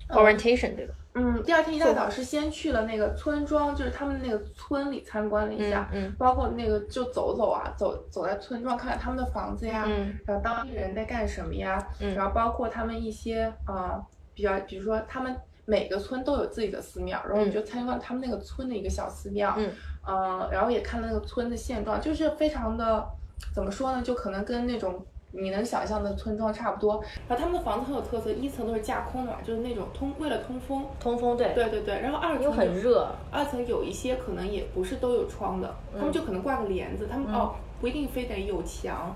Speaker 5: orientation 对吧？
Speaker 7: 嗯，第二天一大早是先去了那个村庄，就是他们那个村里参观了一下，
Speaker 5: 嗯嗯
Speaker 7: 包括那个就走走啊，走走在村庄看看他们的房子呀，
Speaker 5: 嗯
Speaker 7: 然后当地人在干什么呀，
Speaker 5: 嗯
Speaker 7: 然后包括他们一些呃比较，比如说他们每个村都有自己的寺庙，然后
Speaker 5: 嗯
Speaker 7: 你就参观他们那个村的一个小寺庙，
Speaker 5: 嗯
Speaker 7: 呃，然后也看了那个村的现状，就是非常的怎么说呢，就可能跟那种。你能想象的村庄差不多，然后他们的房子很有特色，一层都是架空的嘛，就是那种通为了通风，
Speaker 5: 通风对，
Speaker 7: 对对对，然后二层
Speaker 5: 又很
Speaker 7: 有，
Speaker 5: 热，嗯
Speaker 7: 二层有一些可能也不是都有窗的，他们就可能挂个帘子，他们、哦不一定非得有墙，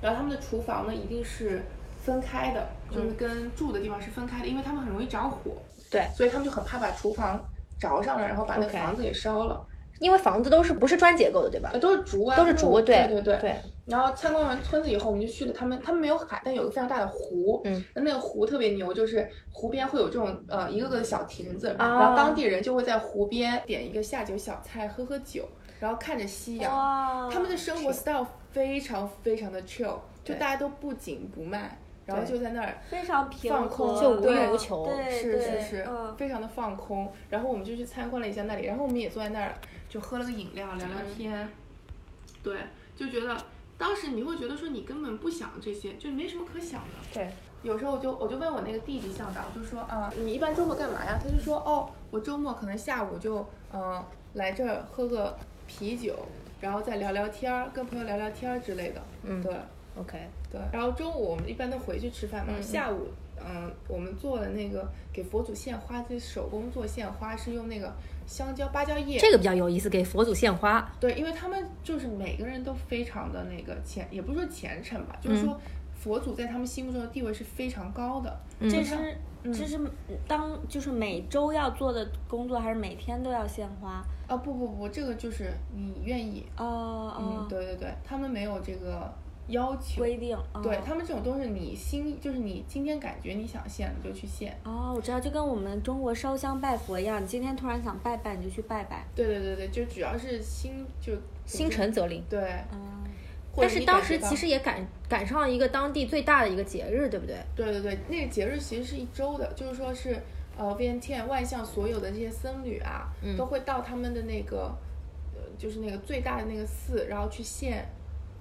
Speaker 7: 然后他们的厨房呢一定是分开的，就是跟住的地方是分开的，因为他们很容易着火，
Speaker 5: 嗯对
Speaker 7: 所以他们就很怕把厨房着上了，然后把那个
Speaker 5: OK
Speaker 7: 房子给烧了，
Speaker 5: 因为房子都是不是砖结构的对吧
Speaker 7: 呃？都是竹啊，
Speaker 5: 都是
Speaker 7: 木
Speaker 5: 竹，
Speaker 7: 对
Speaker 5: 对
Speaker 7: 对。然后参观完村子以后，我们就去了他们，他们没有海，但有个非常大的湖。
Speaker 5: 嗯，
Speaker 7: 那个湖特别牛，就是湖边会有这种呃一个个的小亭子，
Speaker 5: 啊
Speaker 7: 然后当地人就会在湖边点一个下酒小菜，喝喝酒，然后看着夕阳。
Speaker 8: 哇
Speaker 7: 他们的生活 style 非常非常的 chill，就大家都不紧不慢，然后就在那儿
Speaker 8: 非常平
Speaker 7: 放
Speaker 8: 和，
Speaker 7: 空
Speaker 5: 就无欲
Speaker 7: 哦对
Speaker 5: 无求。
Speaker 8: 对，
Speaker 7: 是
Speaker 8: 对
Speaker 7: 是是，
Speaker 8: 嗯，
Speaker 7: 非常的放空。然后我们就去参观了一下那里，然后我们也坐在那儿就喝了个饮料，聊聊
Speaker 8: 嗯
Speaker 7: 天。对，就觉得当时你会觉得说你根本不想这些，就没什么可想的。
Speaker 5: 对。
Speaker 7: 有时候我就我就问我那个弟弟向导，就说啊，你一般周末干嘛呀？他就说哦，我周末可能下午就嗯、呃来这儿喝个啤酒，然后再聊聊天儿，跟朋友聊聊天儿之类的。
Speaker 5: 嗯
Speaker 7: 对。
Speaker 5: OK，
Speaker 7: 对，然后中午我们一般都回去吃饭嘛，下午。嗯，我们做的那个给佛祖献花，自己手工做献花是用那个香蕉、芭蕉叶。
Speaker 5: 这个比较有意思，给佛祖献花。
Speaker 7: 对，因为他们就是每个人都非常的那个虔，也不是说虔诚吧，就是说佛祖在他们心目中的地位是非常高的。
Speaker 5: 嗯
Speaker 8: 这是这是当就是每周要做的工作，还是每天都要献花？
Speaker 7: 啊，不不不，这个就是你愿意。
Speaker 8: 哦哦
Speaker 7: 嗯，，对对对，他们没有这个要求。
Speaker 8: 规定，哦
Speaker 7: 对他们这种都是你心，就是你今天感觉你想献你就去献。
Speaker 8: 哦，我知道，就跟我们中国烧香拜佛一样，你今天突然想拜拜，你就去拜拜。
Speaker 7: 对对对对，就主要是心就
Speaker 5: 心诚则灵。
Speaker 7: 对，
Speaker 8: 嗯，
Speaker 7: 或者
Speaker 5: 但是
Speaker 7: 你
Speaker 5: 当
Speaker 7: 感
Speaker 5: 时
Speaker 7: 觉到
Speaker 5: 其实也赶赶上一个当地最大的一个节日，对不对？
Speaker 7: 对对对，那个节日其实是一周的，就是说是呃 v n t n 万象所有的这些僧侣啊，
Speaker 5: 嗯
Speaker 7: 都会到他们的那个呃就是那个最大的那个寺，然后去献。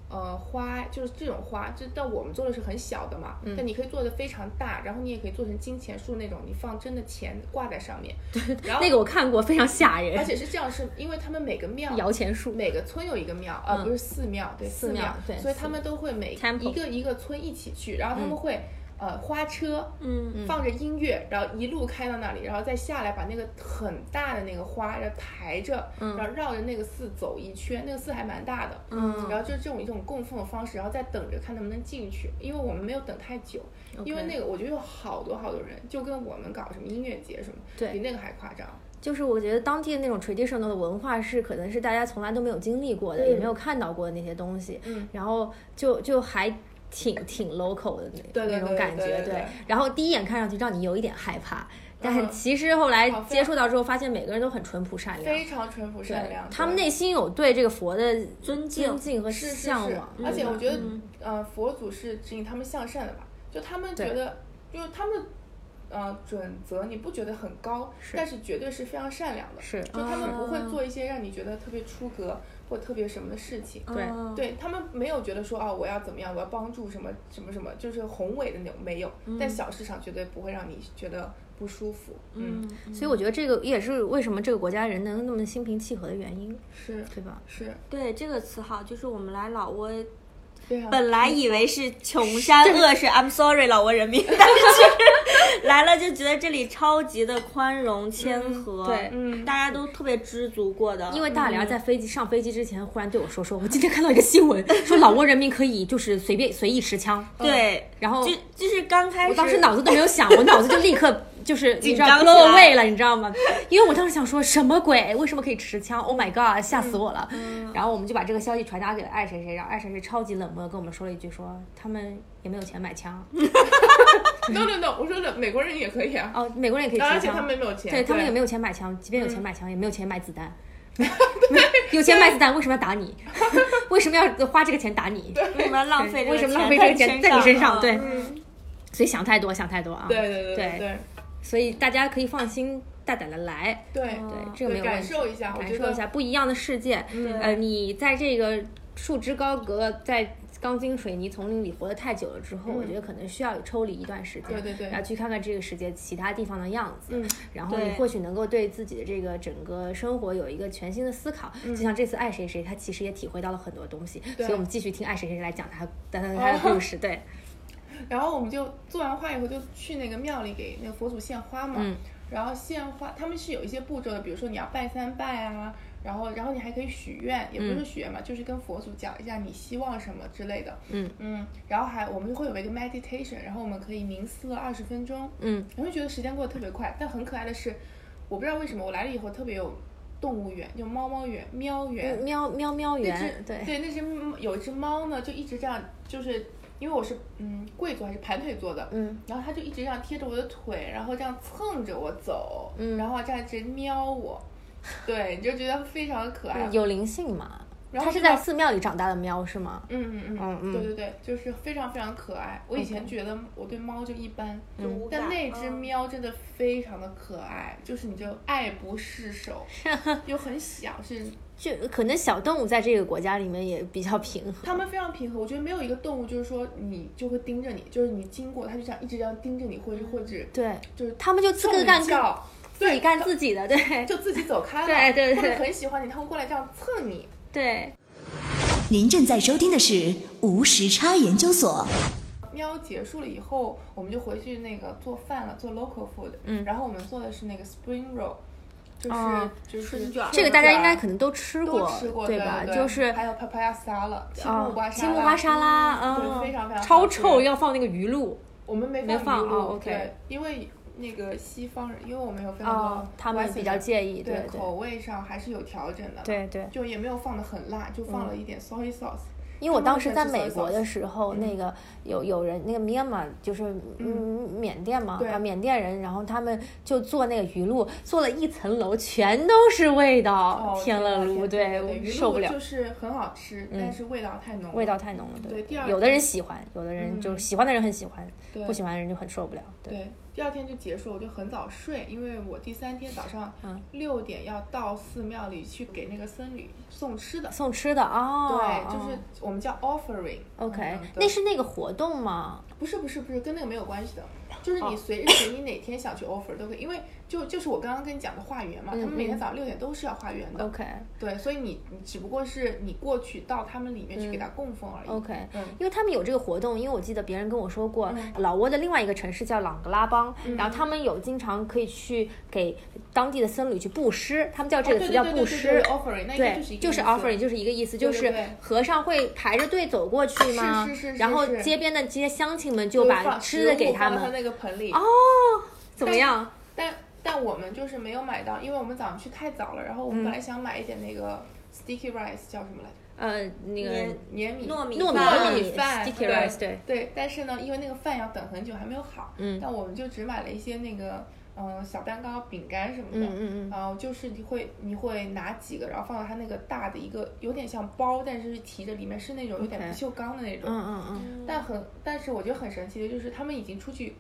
Speaker 7: 呃，花就是这种花，这但我们做的是很小的
Speaker 5: 嗯
Speaker 7: 嘛，但你可以做的非常大，然后你也可以做成金钱树那种，你放真的钱挂在上面。然后
Speaker 5: 那个我看过，非常吓人
Speaker 7: 啊而。且是这样，是因为他们每个庙
Speaker 5: 摇钱树，
Speaker 7: 每个村有一个庙，呃，不是寺庙，对，
Speaker 5: 嗯寺
Speaker 7: 寺
Speaker 5: 庙对
Speaker 7: 所以
Speaker 5: 寺
Speaker 7: 他们都会每
Speaker 5: Temple 嗯
Speaker 7: 一个一个村一起去，然后他们会。呃，花车，
Speaker 8: 嗯，
Speaker 7: 放着音乐，然后一路开到那里，然后再下来把那个很大的那个花，然后抬着，
Speaker 5: 嗯
Speaker 7: 然后绕着那个寺走一圈，那个寺还蛮大的，嗯，然后就是这种一种供奉的方式，然后再等着看能不能进去，因为我们没有等太久因为那个我觉得有好多好多人，就跟我们搞什么音乐节什么，
Speaker 5: 对
Speaker 7: 比那个还夸张，
Speaker 5: 就是我觉得当地的那种 traditional 的文化是，可能是大家从来都没有经历过的，也没有看到过的那些东西。
Speaker 7: 嗯，
Speaker 5: 然后就就还挺挺 local 的那
Speaker 7: 对对
Speaker 5: 那种
Speaker 7: 对
Speaker 5: 感觉，
Speaker 7: 对对对
Speaker 5: 然后第一眼看上去让你有一点害怕，但是
Speaker 7: 嗯
Speaker 5: 其实后来
Speaker 7: 好非
Speaker 5: 接触到之后，发现每个人都很淳朴善良。
Speaker 7: 非常淳朴善良，
Speaker 5: 他们
Speaker 7: 对
Speaker 5: 内心有啊对这个佛的
Speaker 8: 尊敬
Speaker 5: 尊敬和
Speaker 7: 是是
Speaker 5: 向往，
Speaker 7: 是而且我
Speaker 5: 得
Speaker 7: 觉得，呃，佛祖是指引他们向善的吧？就他们觉
Speaker 5: 对
Speaker 7: 得，就是他们的，呃，准则你不觉得很高，但是绝对是非常善良的。
Speaker 5: 是
Speaker 7: 就他们不会做一些让你觉得特别出格或特别什么的事情。
Speaker 5: 对
Speaker 8: 嗯，
Speaker 7: 对他们没有觉得说啊、我要怎么样，我要帮助什么什么什么，就是宏伟的那种没有。但小市场绝对不会让你觉得不舒服。嗯，
Speaker 5: 所以我觉得这个也是为什么这个国家人能那么心平气和的原因，
Speaker 7: 是
Speaker 5: 对吧？
Speaker 7: 是，
Speaker 3: 对这个词好，就是我们来老挝，
Speaker 5: 嗯
Speaker 7: 非常
Speaker 3: 本来以为是穷山恶水，I'm sorry 老挝人民，但是其实来了就觉得这里超级的宽容谦和，
Speaker 5: 嗯对
Speaker 7: 嗯
Speaker 3: 大家都特别知足过的，
Speaker 5: 因为大梁在飞机上飞机之前，忽然对我说：“说我今天看到一个新闻，说老挝人民可以就是随便随意持枪。”
Speaker 3: 对，
Speaker 5: 然后
Speaker 3: 就就是刚开始，
Speaker 5: 哦我当时脑子都没有想，我脑子就立刻 就是你知道
Speaker 3: 紧张起
Speaker 5: blow
Speaker 3: 来
Speaker 5: away 了，你知道吗？因为我当时想说什么鬼，为什么可以持枪？Oh my god，吓死我了！
Speaker 7: 嗯
Speaker 5: 然后我们就把这个消息传达给了爱谁谁，然后爱谁谁超级冷漠的跟我们说了一句说他们也没有钱买 枪
Speaker 7: no no no，我说的美国人也可以啊，
Speaker 5: 哦，美国人也可以
Speaker 7: 而
Speaker 5: 持
Speaker 7: 且他
Speaker 5: 枪
Speaker 7: 们，也没有钱，嗯
Speaker 5: 对他们也没有钱买枪，即便有钱买枪，也没有钱买子 弹。有钱买子弹，为什么要打你？ 为什么要花这个钱打你？
Speaker 3: 为什么要浪费这个
Speaker 5: 为什么
Speaker 3: 钱
Speaker 5: 浪费这个钱在你身上？
Speaker 3: 啊
Speaker 5: 对，所以想太多，想太多啊！
Speaker 7: 对对对
Speaker 5: 对
Speaker 7: 对
Speaker 5: 所以大家可以放心大胆的来，
Speaker 7: 对
Speaker 5: 对
Speaker 7: 对，
Speaker 5: 这个没有问
Speaker 7: 感
Speaker 5: 题，
Speaker 7: 受一下，我
Speaker 5: 感
Speaker 7: 觉
Speaker 5: 受
Speaker 7: 得嗯
Speaker 5: 一下不一样的世界。呃，你在这个束之高阁，在钢筋水泥丛林里活得太久了之后，我觉得可能需要抽离一段时间，
Speaker 7: 嗯对对对
Speaker 5: 然后去看看这个世界其他地方的样子，
Speaker 7: 嗯，
Speaker 5: 然后你
Speaker 3: 对
Speaker 5: 或许能够对自己的这个整个生活有一个全新的思考。
Speaker 7: 嗯
Speaker 5: 就像这次爱谁谁，他其实也体会到了很多东西，所以我们继续听爱谁谁来讲他他
Speaker 7: 哦
Speaker 5: 他他的故事， 对，
Speaker 7: 然后我们就做完画以后，就去那个庙里给那个佛祖献花嘛。
Speaker 5: 嗯
Speaker 7: 然后献花，他们是有一些步骤的，比如说你要拜三拜啊，然后然后你还可以许愿，也
Speaker 5: 嗯
Speaker 7: 不是说许愿嘛，就是跟佛祖讲一下你希望什么之类的。
Speaker 5: 嗯
Speaker 7: 嗯，然后还我们会有一个 meditation，然后我们可以冥思了二十分钟。
Speaker 5: 嗯，
Speaker 7: 你会觉得时间过得特别快，但很可爱的是，我不知道为什么我来了以后特别有动物园，就猫猫园、
Speaker 5: 嗯
Speaker 7: 喵园、
Speaker 5: 喵喵喵
Speaker 7: 那只
Speaker 5: 园，对，
Speaker 7: 对，那只猫有一只猫呢，就一直这样，就是因为我是嗯跪坐还是盘腿坐的，
Speaker 5: 嗯，
Speaker 7: 然后它就一直这样贴着我的腿，然后这样蹭着我走，
Speaker 5: 嗯
Speaker 7: 然后这样一直瞄我，对，你就觉得非常可爱，
Speaker 5: 嗯有灵性嘛？
Speaker 7: 然后
Speaker 5: 它是
Speaker 7: 这
Speaker 5: 在
Speaker 7: 个
Speaker 5: 寺庙里长大的喵是吗？
Speaker 7: 嗯嗯
Speaker 5: 嗯嗯
Speaker 7: 对对对，就是非常非常可爱。我以前觉得我对猫就一般，
Speaker 5: 嗯
Speaker 9: 嗯
Speaker 7: 但那只喵真的非常的可爱，就是你就爱不 释手，又很小，是
Speaker 5: 就可能小动物在这个国家里面也比较平衡。
Speaker 7: 它们非常平和，我觉得没有一个动物就是说你就会盯着你，就是你经过它就这样一直这样盯着你，或者是或者是
Speaker 5: 对，
Speaker 7: 就是
Speaker 5: 他们就自
Speaker 7: 冲
Speaker 5: 个
Speaker 7: 你
Speaker 5: 干自
Speaker 7: 叫，
Speaker 5: 自己
Speaker 7: 对
Speaker 5: 干
Speaker 7: 它
Speaker 5: 自己的，对
Speaker 7: 就自己走开了，
Speaker 5: 对对
Speaker 7: 或者
Speaker 5: 对
Speaker 7: 很喜欢你，它会过来这样蹭你。
Speaker 5: 对。
Speaker 6: 您正在收听的是无时差研究所。
Speaker 7: 喵结束了以后，我们就回去那个做饭了，做 local food。嗯，然后我们做的是那个 spring roll，就是、
Speaker 5: 哦
Speaker 7: 就是
Speaker 9: 春卷儿
Speaker 5: 这个大家应该可能都吃
Speaker 7: 啊都
Speaker 5: 过，
Speaker 7: 吃过，
Speaker 5: 对
Speaker 7: 对
Speaker 5: 吧？
Speaker 7: 对
Speaker 5: 就是
Speaker 7: 还有 papaya salad，青
Speaker 5: 啊
Speaker 7: 木瓜，沙
Speaker 5: 青
Speaker 7: 拉，嗯
Speaker 5: 木瓜沙拉，
Speaker 7: 对，非
Speaker 5: 啊，
Speaker 7: 常非常
Speaker 5: 超
Speaker 7: 好吃嗯
Speaker 5: 臭，要放那个鱼露，
Speaker 7: 我们没
Speaker 5: 没放
Speaker 7: 放鱼露
Speaker 5: 哦，OK
Speaker 7: 对因为那个西方人，因为我们有非常
Speaker 5: 啊
Speaker 7: 多，
Speaker 5: 他们
Speaker 7: Western
Speaker 5: 比较介意，
Speaker 7: 对
Speaker 5: 对
Speaker 7: 口味上还是有调整的，，
Speaker 5: 对对。
Speaker 7: 就也没有放的很辣，就放了一点 soy sauce，
Speaker 5: 因为我当时在
Speaker 7: 他们很
Speaker 5: 美
Speaker 7: 吃
Speaker 5: 国
Speaker 7: soy
Speaker 5: 的时候，
Speaker 7: 嗯
Speaker 5: 那个有有人那个 Myanmar 就是嗯缅甸嘛，
Speaker 7: 对
Speaker 5: 啊缅甸人，然后他们就做那个鱼露，做了一层楼，全都是味道，
Speaker 7: 哦
Speaker 5: 天了噜，
Speaker 7: 天对，
Speaker 5: 我
Speaker 7: 鱼
Speaker 5: 受不
Speaker 7: 露
Speaker 5: 了嗯
Speaker 7: 就，是很好吃，但是味道太浓了，
Speaker 5: 味道太浓了。
Speaker 7: 对第二
Speaker 5: 有的人喜欢，有的人就
Speaker 7: 嗯
Speaker 5: 喜欢的人很喜欢，
Speaker 7: 对
Speaker 5: 不喜欢的人就很受不了。对，
Speaker 7: 对，第二天就结束，我就很早睡，因为我第三天早上
Speaker 5: 嗯
Speaker 7: 六点要到寺庙里去给那个僧侣送吃的。
Speaker 5: 送吃的哦，
Speaker 7: 对，就
Speaker 5: 哦
Speaker 7: 是我们叫 offering。
Speaker 5: OK，
Speaker 7: 嗯对
Speaker 5: 那是那个活动吗？
Speaker 7: 不是不是不是跟那个没有关系的，就是
Speaker 5: 哦
Speaker 7: 你随日随你哪天想去 offer 都可以，因为就就是我刚刚跟你讲的化缘嘛，他们每天早上六点都是要化缘的。
Speaker 5: 嗯 OK
Speaker 7: 对，所以你你只不过是你过去到他们里面去给他供奉而已。
Speaker 5: 嗯 OK，
Speaker 7: 嗯
Speaker 5: 因为他们有这个活动，因为我记得别人跟我说过，老挝的另外一个城市叫朗格拉邦，
Speaker 7: 嗯
Speaker 5: 然后他们有经常可以去给当地的僧侣去布施，他们叫这
Speaker 7: 哦
Speaker 5: 个词叫布施。
Speaker 7: offering，那应该
Speaker 5: 对
Speaker 7: 是一，个
Speaker 5: 就是
Speaker 7: 意思
Speaker 5: offering，就是一个意思，就
Speaker 7: 对
Speaker 5: 是
Speaker 7: 对
Speaker 5: 和尚会排着队走过去吗？
Speaker 7: 是是是
Speaker 5: 然后
Speaker 7: 是是
Speaker 5: 街边的这些乡亲们就
Speaker 7: 就
Speaker 5: 把
Speaker 7: 放
Speaker 5: 吃的
Speaker 7: 食
Speaker 5: 给
Speaker 7: 物
Speaker 5: 他
Speaker 7: 放到
Speaker 5: 们，哦
Speaker 7: 那个盆里。
Speaker 5: 怎么样？
Speaker 7: 但但我们就是没有买到，因为我们早上去太早了，然后我
Speaker 5: 嗯
Speaker 7: 们本来想买一点那个 sticky rice 叫什么来着？
Speaker 5: 呃，那个
Speaker 3: 黏
Speaker 7: 粘嗯米
Speaker 3: 糯米
Speaker 5: 糯米
Speaker 3: 饭
Speaker 5: 糯米
Speaker 7: 饭
Speaker 5: sticky rice，对，
Speaker 7: 对，但是呢，因为那个饭要等很久，还没有好，
Speaker 5: 嗯
Speaker 7: 但我们就只买了一些那个，嗯、小蛋糕、饼干什么的，
Speaker 5: 嗯嗯嗯
Speaker 7: 然后就是你会你会拿几个，然后放到它那个大的一个，有点像包，但是是提着，里面是那种有点
Speaker 5: OK
Speaker 7: 不锈钢的那种，
Speaker 5: 嗯嗯嗯。
Speaker 7: 但很，但是我觉得很神奇的就是他们已经出去，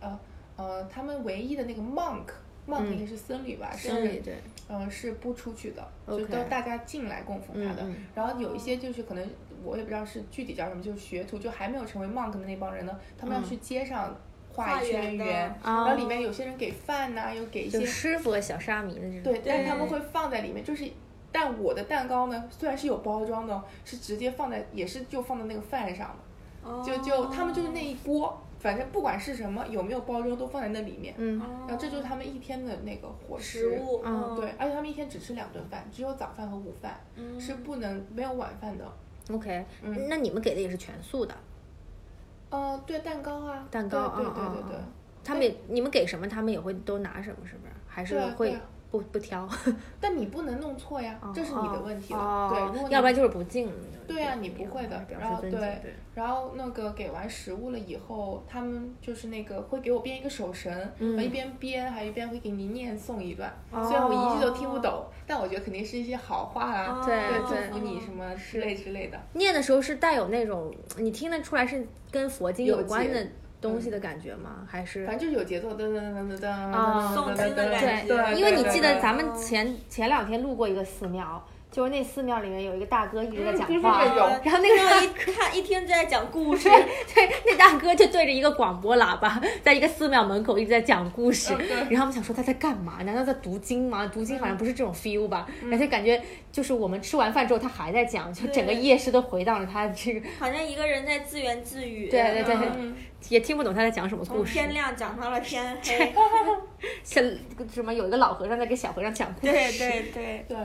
Speaker 7: 呃呃，他们唯一的那个 monk。monk 应该是僧侣吧，
Speaker 5: 嗯
Speaker 7: 是
Speaker 5: 僧侣对，
Speaker 7: 嗯、是不出去的
Speaker 5: OK
Speaker 7: 就都大家进来供奉他的。
Speaker 5: 嗯嗯
Speaker 7: 然后有一些就是可能我也不知道是具体叫什么，就是学徒，就还没有成为 monk 的那帮人呢，他们要去街上画一圈
Speaker 9: 画圆的
Speaker 7: 然后里
Speaker 5: 嗯哦
Speaker 7: 面有些人给饭呐、又给一
Speaker 5: 就
Speaker 7: 些
Speaker 5: 师傅和小沙弥的这种。
Speaker 7: 对，但是他们会放在里面，就是。但我的蛋糕呢，虽然是有包装的哦，是直接放在，也是就放在那个饭上
Speaker 9: 哦
Speaker 7: 的，就就他们就是那一锅，反正不管是什么，有没有包装都放在那里面。
Speaker 3: 哦
Speaker 5: 嗯，
Speaker 7: 然后这就是他们一天的那个伙
Speaker 9: 哦食
Speaker 7: 食
Speaker 9: 物，
Speaker 5: 嗯
Speaker 7: 对，而且他们一天只吃两顿饭，只有早饭和午饭，
Speaker 5: 嗯
Speaker 7: 是不能没有晚饭的。
Speaker 5: OK，
Speaker 7: 嗯
Speaker 5: 那你们给的也是全素的，
Speaker 7: 呃，对，蛋糕啊，
Speaker 5: 蛋糕
Speaker 7: 对对
Speaker 5: 啊啊
Speaker 7: 对对对
Speaker 5: 啊，他们也你们给什么，他们也会都拿什么，是不是？还是
Speaker 7: 对啊
Speaker 5: 会
Speaker 7: 对啊
Speaker 5: 不不挑？
Speaker 7: 但你不能弄错呀， 这是你的问题了。
Speaker 5: 哦
Speaker 7: 对，如果你
Speaker 5: 要不然就是不敬。
Speaker 7: 对呀、你不会的。
Speaker 5: 表
Speaker 7: 然
Speaker 5: 示
Speaker 7: 后
Speaker 5: 尊敬。对，
Speaker 7: 然后那个给完食物了以后，他们就是那个会给我编一个手绳，
Speaker 5: 嗯
Speaker 7: 我一边编还一边会给你念诵一段。
Speaker 5: 哦
Speaker 7: 虽然我一句都听不懂，但我觉得肯定是一些好话啊，
Speaker 5: 对哦对
Speaker 7: 祝福你什么之类之类的。
Speaker 5: 念的时候是带有那种你听得出来是跟佛经有关的
Speaker 7: 有节嗯
Speaker 5: 东西的感觉吗？还是
Speaker 7: 反正就是有节奏，噔噔噔噔噔
Speaker 5: 啊
Speaker 7: 噔，噔噔噔，对，
Speaker 5: 因为你
Speaker 7: 对
Speaker 5: 记
Speaker 7: 对
Speaker 5: 得咱们前前两天路过一个寺庙，就是那寺庙里面有一个大哥一直在 讲
Speaker 7: 就是
Speaker 5: 话，
Speaker 7: 这种
Speaker 5: 然后那个大
Speaker 3: 一看一听就在讲故事，
Speaker 5: 对，那大哥就对着一个广播喇叭，在一个寺庙门口一直在讲故事，然后我们想说他在干嘛？难道在读经吗？读经好像不是这种 feel 吧？而且感觉就是我们吃完饭之后他还在讲，就整个夜市都回荡着他这个，
Speaker 3: 好像一个人在自言自语。
Speaker 5: 对哦对对，
Speaker 7: 嗯
Speaker 5: 也听不懂他在讲什么故
Speaker 3: 从
Speaker 5: 事
Speaker 3: 天。亮讲到了天 黑。
Speaker 5: 像什么有一个老和尚在给小和尚讲故事，
Speaker 3: 对 对对，
Speaker 7: 对。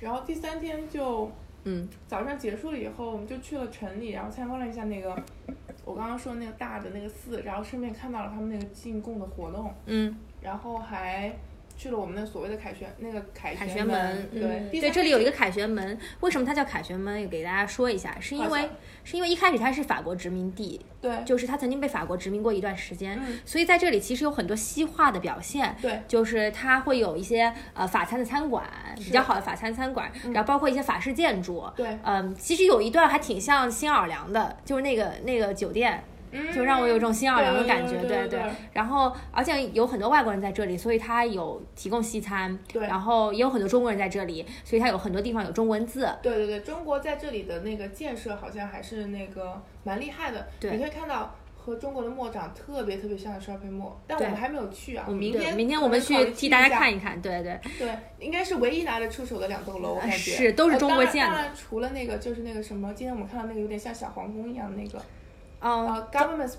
Speaker 7: 然后第三天就
Speaker 5: 嗯，
Speaker 7: 早上结束了以后，我们就去了城里，然后参观了一下那个我刚刚说的那个大的那个寺，然后顺便看到了他们那个进贡的活动，
Speaker 5: 嗯，
Speaker 7: 然后还去了我们的所谓的凯旋那个凯
Speaker 5: 凯
Speaker 7: 旋
Speaker 5: 旋门，
Speaker 7: 对，
Speaker 5: 嗯
Speaker 7: 第
Speaker 5: 对，
Speaker 7: 三
Speaker 5: 这里有一
Speaker 7: 个
Speaker 5: 个凯旋门，为什么它叫凯旋门？也给大家说一下，是因
Speaker 7: 好
Speaker 5: 为
Speaker 7: 像
Speaker 5: 是因为一开始它是法国殖民地，
Speaker 7: 对
Speaker 5: 就是它曾经被法国殖民过一段时间，
Speaker 7: 嗯
Speaker 5: 所以在这里其实有很多西化的表现，
Speaker 7: 对
Speaker 5: 就是它会有一些呃法餐的餐馆，比较好的法餐餐馆，然后包括一些法式建筑，
Speaker 7: 嗯对
Speaker 5: 嗯、其实有一段还挺像新奥尔良的，就是那个那个酒店，就让我有一种新奥尔良的感觉，
Speaker 7: 嗯对对对
Speaker 5: 对
Speaker 7: 对对。
Speaker 5: 然后，而且有很多外国人在这里，所以他有提供西餐，
Speaker 7: 对
Speaker 5: 然后也有很多中国人在这里，所以他有很多地方有中文字，
Speaker 7: 对对对，中国在这里的那个建设好像还是那个蛮厉害的，
Speaker 5: 对
Speaker 7: 你可以看到。和中国的墨长特别特别像的 shopping mall，但我
Speaker 5: 对
Speaker 7: 们还没有去啊。我们
Speaker 5: 对
Speaker 7: 明天
Speaker 5: 明天
Speaker 7: 可
Speaker 5: 我们
Speaker 7: 能考虑
Speaker 5: 去替大家
Speaker 7: 一下
Speaker 5: 看一看，对对，
Speaker 7: 对，应该是唯一拿得出手的两栋楼，我感觉
Speaker 5: 是都是
Speaker 7: 呃
Speaker 5: 中
Speaker 7: 当
Speaker 5: 国
Speaker 7: 然
Speaker 5: 建
Speaker 7: 当
Speaker 5: 的
Speaker 7: 然，除了那个就是那个什么，今天我们看到那个有点像小皇宫一样的那个，
Speaker 5: 嗯，
Speaker 7: 呃，government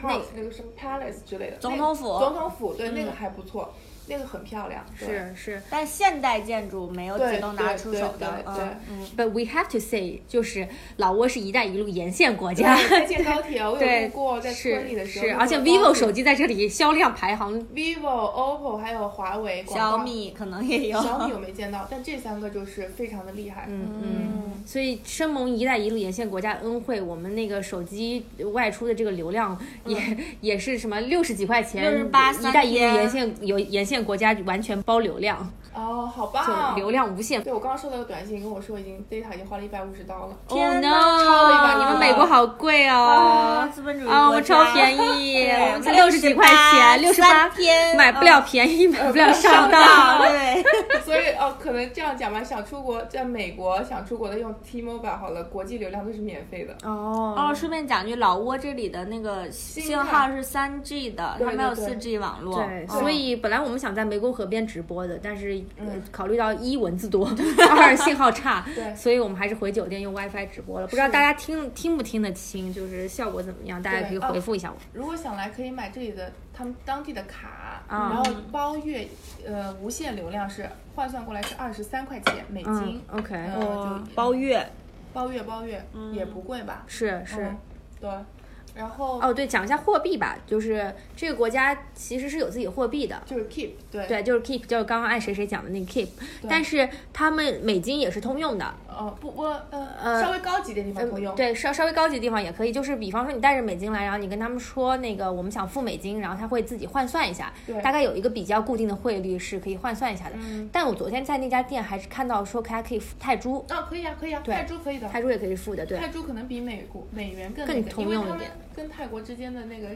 Speaker 7: house 那个什么 palace 之类的，
Speaker 3: 总
Speaker 7: 那个
Speaker 3: 统府
Speaker 7: 总统府对，那个还不错，那个很漂亮，对
Speaker 5: 嗯是是。
Speaker 3: 但现代建筑没有
Speaker 7: 对
Speaker 3: 几栋拿出手的
Speaker 7: 对，对对
Speaker 3: 嗯嗯，
Speaker 5: But we have to say，就是老挝是“一带一路”沿线国家，
Speaker 7: 对，在建高铁，啊我有
Speaker 5: 对
Speaker 7: 路过，，在村里的
Speaker 5: 是
Speaker 7: 时候
Speaker 5: 是，
Speaker 7: 路过高铁，
Speaker 5: 而且 vivo 手机在这里销量排行，
Speaker 7: vivo、OPPO 还有华为、广
Speaker 3: 小。
Speaker 7: 告
Speaker 3: 米可能也有。
Speaker 7: 小米我没见到，但这三个就是非常的厉害。嗯
Speaker 5: 哦嗯，所以深蒙“一带一路”沿线国家恩惠，我们那个手机外出的这个流量也、也是什么嗯六十几块钱，
Speaker 3: 68
Speaker 5: 一带一路
Speaker 3: 三天
Speaker 5: 沿线有沿线国家完全包流量，
Speaker 7: 哦，好
Speaker 5: 就
Speaker 7: 棒！
Speaker 5: 流量无限。
Speaker 7: 对我刚刚收到个短信，跟我说已经 data 已经花了一百五十刀了。
Speaker 5: 天呐，
Speaker 7: 超一百
Speaker 5: 你们
Speaker 7: 了
Speaker 5: 美国好贵 Oh 哦
Speaker 3: 啊，资本主义
Speaker 5: 啊，我
Speaker 3: 国
Speaker 5: 们
Speaker 3: 家
Speaker 5: 超便 宜，
Speaker 3: 对
Speaker 5: 我们才六十几块钱，六十八
Speaker 3: 三天
Speaker 5: 买不了便宜，买不了呃上
Speaker 3: 啊
Speaker 5: 当。
Speaker 3: 对，
Speaker 7: 所以哦，可能这样讲吧，想出国，在美国想出国的用 T-Mobile 好了，国际流量都是免费的。
Speaker 5: 哦，
Speaker 3: 哦，顺便讲句，老挝这里的那个信号是三 G 的，它
Speaker 7: 对
Speaker 3: 没有
Speaker 7: 对
Speaker 3: 四 G 网络。
Speaker 5: 对，
Speaker 7: 哦
Speaker 5: 所以本来我们想在湄公河边直播的，但是
Speaker 7: 嗯
Speaker 5: 呃考虑到一文字 多，二信号差，
Speaker 7: 对
Speaker 5: 所以我们还是回酒店用 WiFi 直播了。不知道大家听听不听得清，就是效果怎么样？大家可以
Speaker 7: 对哦
Speaker 5: 回复一下我。
Speaker 7: 如果想来，可以买这里的他们当地的卡，
Speaker 5: 啊
Speaker 7: 然后包月呃无限流量是换算过来是二十三块钱美金
Speaker 5: 嗯。，OK，
Speaker 7: 嗯
Speaker 5: 哦
Speaker 7: 就
Speaker 3: 包月，
Speaker 7: 包月包月、也不贵吧？
Speaker 5: 是是
Speaker 7: 嗯。对，然后、
Speaker 5: 哦，对，讲一下货币吧，就是这个国家其实是有自己货币的。
Speaker 7: 就是 keep 对
Speaker 5: 对，就是 keep，就是刚刚爱谁谁讲的那个 keep，但是他们美金也是通用的，
Speaker 7: 呃不我呃
Speaker 5: 呃
Speaker 7: 稍微高级一点地方可以用。
Speaker 5: 对，稍稍微高级的地方也可以，就是比方说你带着美金来，然后你跟他们说那个我们想付美金，然后他会自己换算一下
Speaker 7: 对，
Speaker 5: 大概有一个比较固定的汇率是可以换算一下的。但我昨天在那家店还是看到说还可以付泰铢，
Speaker 7: 啊、可以啊可以啊，泰铢可以的。
Speaker 5: 泰铢也可以付的，对
Speaker 7: 泰铢可能比美国美元更
Speaker 5: 更
Speaker 7: 那个
Speaker 5: 通
Speaker 7: 因为
Speaker 5: 用一
Speaker 7: 他们
Speaker 5: 点
Speaker 7: 跟泰国之间的那个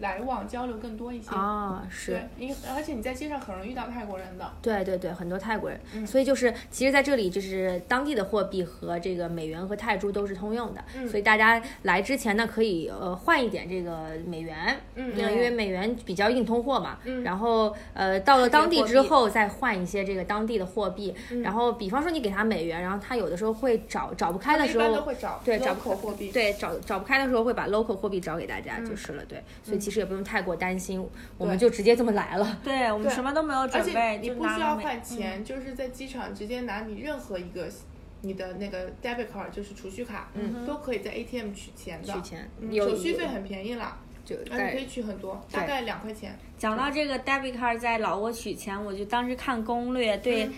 Speaker 7: 来往交流更多一些。
Speaker 5: 啊，是
Speaker 7: 对，你而且你在街上很容易遇到泰国人的，
Speaker 5: 对对对，很多泰国人，
Speaker 7: 嗯
Speaker 5: 所以就是其实在这里就是当地的货币和这个美元和泰铢都是通用的，
Speaker 7: 嗯
Speaker 5: 所以大家来之前呢可以呃换一点这个美元，嗯，因为美元比较硬通货嘛，嗯，然后呃到了当地之后再换一些这个当地的货币，
Speaker 7: 嗯
Speaker 5: 然后比方说你给他美元，然后他有的时候会找找不开的
Speaker 7: 一
Speaker 5: 时
Speaker 7: 般
Speaker 5: 候
Speaker 7: 都会找
Speaker 5: 对找
Speaker 7: local
Speaker 5: 不开
Speaker 7: 货币嗯
Speaker 5: 对找找不开的时候会把 local 货币找给大家就是了，对，所以其实也不用太过担心，我们
Speaker 7: 对
Speaker 5: 就直接这么来了，
Speaker 9: 对我们
Speaker 7: 对
Speaker 9: 什么都没有
Speaker 7: 而
Speaker 9: 准
Speaker 7: 且
Speaker 9: 备，
Speaker 7: 你
Speaker 9: 就
Speaker 7: 不
Speaker 9: 拿
Speaker 7: 需
Speaker 9: 了
Speaker 7: 要
Speaker 9: 美
Speaker 7: 换
Speaker 5: 嗯
Speaker 7: 钱，就是在机场直接拿你任何一个你的那个 debit card，就是储蓄卡，嗯，都可以在 ATM 取钱的，
Speaker 5: 取钱
Speaker 7: 嗯
Speaker 5: 有
Speaker 7: 手续费很便宜啦，
Speaker 5: 就
Speaker 7: 而且
Speaker 5: 带
Speaker 7: 可以取很多，大概两块钱。
Speaker 9: 讲到这个 debit card 在老挝取钱，我就当时看攻略，对、
Speaker 7: 嗯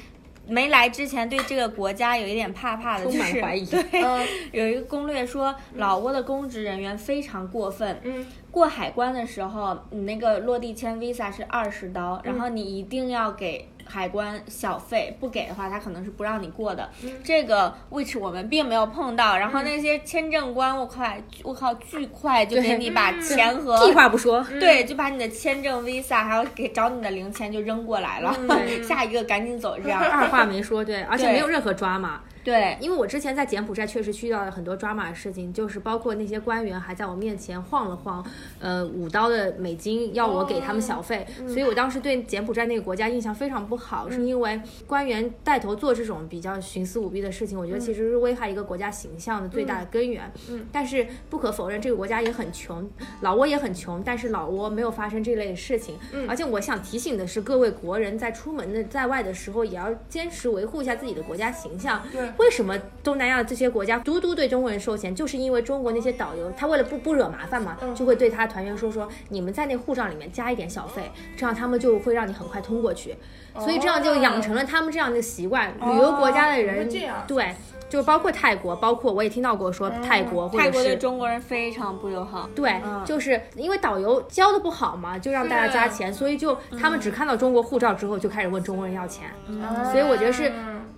Speaker 9: 没来之前对这个国家有一点怕怕的，
Speaker 5: 充
Speaker 9: 就
Speaker 5: 满
Speaker 9: 是
Speaker 5: 怀疑
Speaker 9: 对， 有一个攻略说老挝的公职人员非常过分，
Speaker 7: 嗯，
Speaker 9: 过海关的时候，你那个落地签 visa 是二十刀，然后你一定要给。海关小费不给的话，他可能是不让你过的。这个 which 我们并没有碰到。然后那些签证官，我靠，我靠，巨快就给你把钱和
Speaker 5: 屁话不说，
Speaker 9: 对，就把你的签证、Visa 还有给找你的零钱就扔过来了， 下一个赶紧走这样。
Speaker 5: 二话没说，对，而且
Speaker 9: 对
Speaker 5: 没有任何抓马。
Speaker 9: 对，
Speaker 5: 因为我之前在柬埔寨确实遇到了很多抓马的事情，就是包括那些官员还在我面前晃了晃，呃，五刀的美金要我给他们小费，所以我当时对柬埔寨那个国家印象非常不好，是因为官员带头做这种比较徇私舞弊的事情，我觉得其实是危害一个国家形象的最大的根源。嗯，但是不可否认，这个国家也很穷，老挝也很穷，但是老挝没有发生这类的事情。嗯，而且我想提醒的是，各位国人在出门的在外的时候，也要坚持维护一下自己的国家形象。
Speaker 7: 对
Speaker 5: 为什么东南亚这些国家独独对中国人收钱，就是因为中国那些导游，他为了不不惹麻烦嘛，
Speaker 7: 嗯
Speaker 5: 就会对他团员说说，你们在那护照里面加一点小费，这样他们就会让你很快通过去。
Speaker 7: 哦
Speaker 5: 所以这样就养成了他们这样的习惯，旅游国家的人
Speaker 7: 会这样嗯
Speaker 5: 对。就是包括泰国，包括我也听到过说泰国或者
Speaker 9: 泰国对
Speaker 5: 是
Speaker 9: 中国人非常不友好。
Speaker 5: 对，就是因为导游教的不好嘛，就让大家加
Speaker 7: 是
Speaker 5: 钱，所以就他们只看到中国护照之后就开始问中国人要钱，嗯所以我觉得是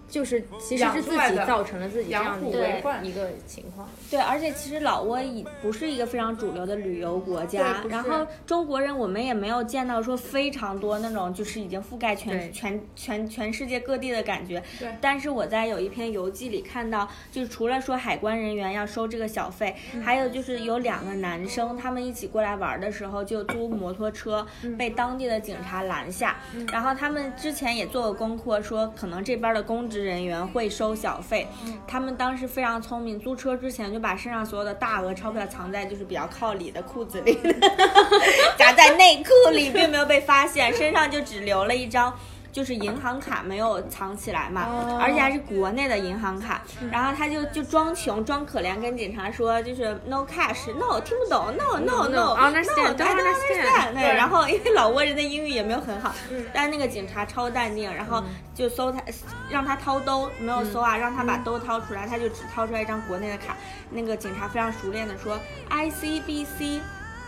Speaker 5: 就是其实
Speaker 7: 嗯养
Speaker 5: 是
Speaker 7: 出
Speaker 5: 自
Speaker 7: 来
Speaker 5: 己
Speaker 7: 的
Speaker 5: 造成了自己这
Speaker 7: 养
Speaker 5: 样的
Speaker 7: 虎
Speaker 5: 一个
Speaker 7: 为患
Speaker 5: 一个情况。
Speaker 9: 对，而且其实老挝已不是一个非常主流的旅游国家
Speaker 7: 对不，是
Speaker 9: 然后中国人我们也没有见到说非常多那种就是已经覆盖
Speaker 5: 对
Speaker 9: 全全全全世界各地的感觉。
Speaker 7: 对
Speaker 9: 但是我在有一篇游记里看到，就是除了说海关人员要收这个小费，
Speaker 7: 嗯
Speaker 9: 还有就是有两个男生他们一起过来玩的时候就租摩托车被当地的警察拦下，然后他们之前也做过功课，说可能这边的公职人员会收小费，他们当时非常聪明，租车之前就把身上所有的大额钞票藏在就是比较靠里的 裤子里，夹在内裤里，并没有被发现，身上就只留了一张。就是银行卡没有藏起来嘛，
Speaker 5: 哦
Speaker 9: 而且还是国内的银行卡，
Speaker 5: 嗯
Speaker 9: 然后他就就装穷装可怜，跟警察说就是 no cash，no 听不懂，no no no
Speaker 5: 嗯 No, understand,
Speaker 9: no，I
Speaker 5: don't understand.
Speaker 9: don't
Speaker 5: 嗯
Speaker 9: understand。对，然后因为老挝人的英语也没有很好，但那个警察超淡定，然后就搜他，让他掏兜，没
Speaker 5: 嗯
Speaker 9: 有搜啊，让他把兜掏出来，他就只掏出来一张国内的卡。那个警察非常熟练的说 ICBC。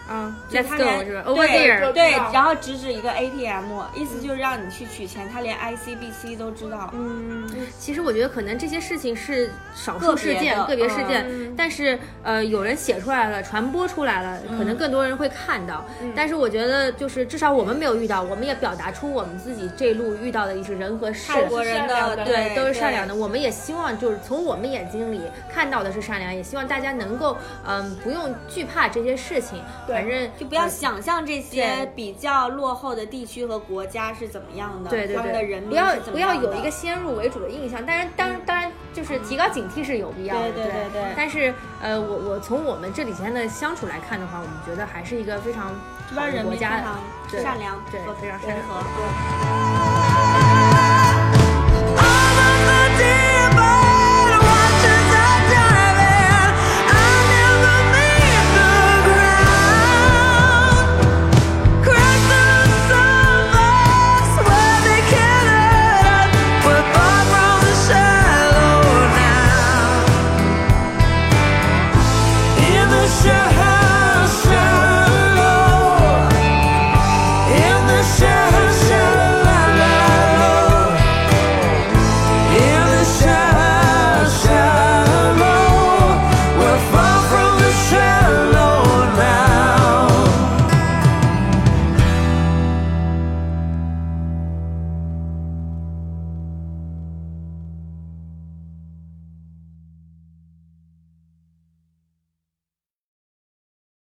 Speaker 9: 嗯就
Speaker 5: Let's
Speaker 9: 他连
Speaker 5: go，是吧
Speaker 9: 对
Speaker 5: Over there
Speaker 9: 对
Speaker 7: 就知道，
Speaker 9: 然后指指一个 ATM，意思就是让你去取钱，他连 ICBC 都知道。
Speaker 5: 嗯其实我觉得可能这些事情是少
Speaker 9: 个
Speaker 5: 数
Speaker 9: 别
Speaker 5: 事件、
Speaker 9: 的嗯
Speaker 5: 个别事件，但是呃，有人写出来了，传播出来了，
Speaker 9: 嗯
Speaker 5: 可能更多人会看到。但是我觉得，就是至少我们没有遇到，我们也表达出我们自己这一路遇到的一些人和事。
Speaker 9: 泰国人
Speaker 7: 善良的
Speaker 9: 对
Speaker 5: 对，都是善良
Speaker 9: 的。
Speaker 5: 的。我们也希望就是从我们眼睛里看到的是善良，也希望大家能够嗯、不用惧怕这些事情，反正
Speaker 9: 就不要
Speaker 5: 呃
Speaker 9: 想象这些
Speaker 5: 对
Speaker 9: 比较落后的地区和国家是怎么样的，
Speaker 5: 对对
Speaker 9: 他们的人
Speaker 5: 对，
Speaker 9: 民
Speaker 5: 不要
Speaker 9: 是怎
Speaker 5: 不
Speaker 9: 么
Speaker 5: 要
Speaker 9: 样的嗯
Speaker 5: 有一个先入为主的印象。当然，当当然就是提高警惕是有必要的，
Speaker 9: 对对对对
Speaker 5: 但是呃，我我从我们这几天的相处来看的话，我们觉得还是一个非常
Speaker 9: 这
Speaker 5: 好
Speaker 9: 边
Speaker 5: 的
Speaker 9: 人
Speaker 5: 国
Speaker 9: 民非
Speaker 5: 家
Speaker 9: 常
Speaker 5: 对
Speaker 9: 善良和
Speaker 5: 对非常善良
Speaker 9: 温和。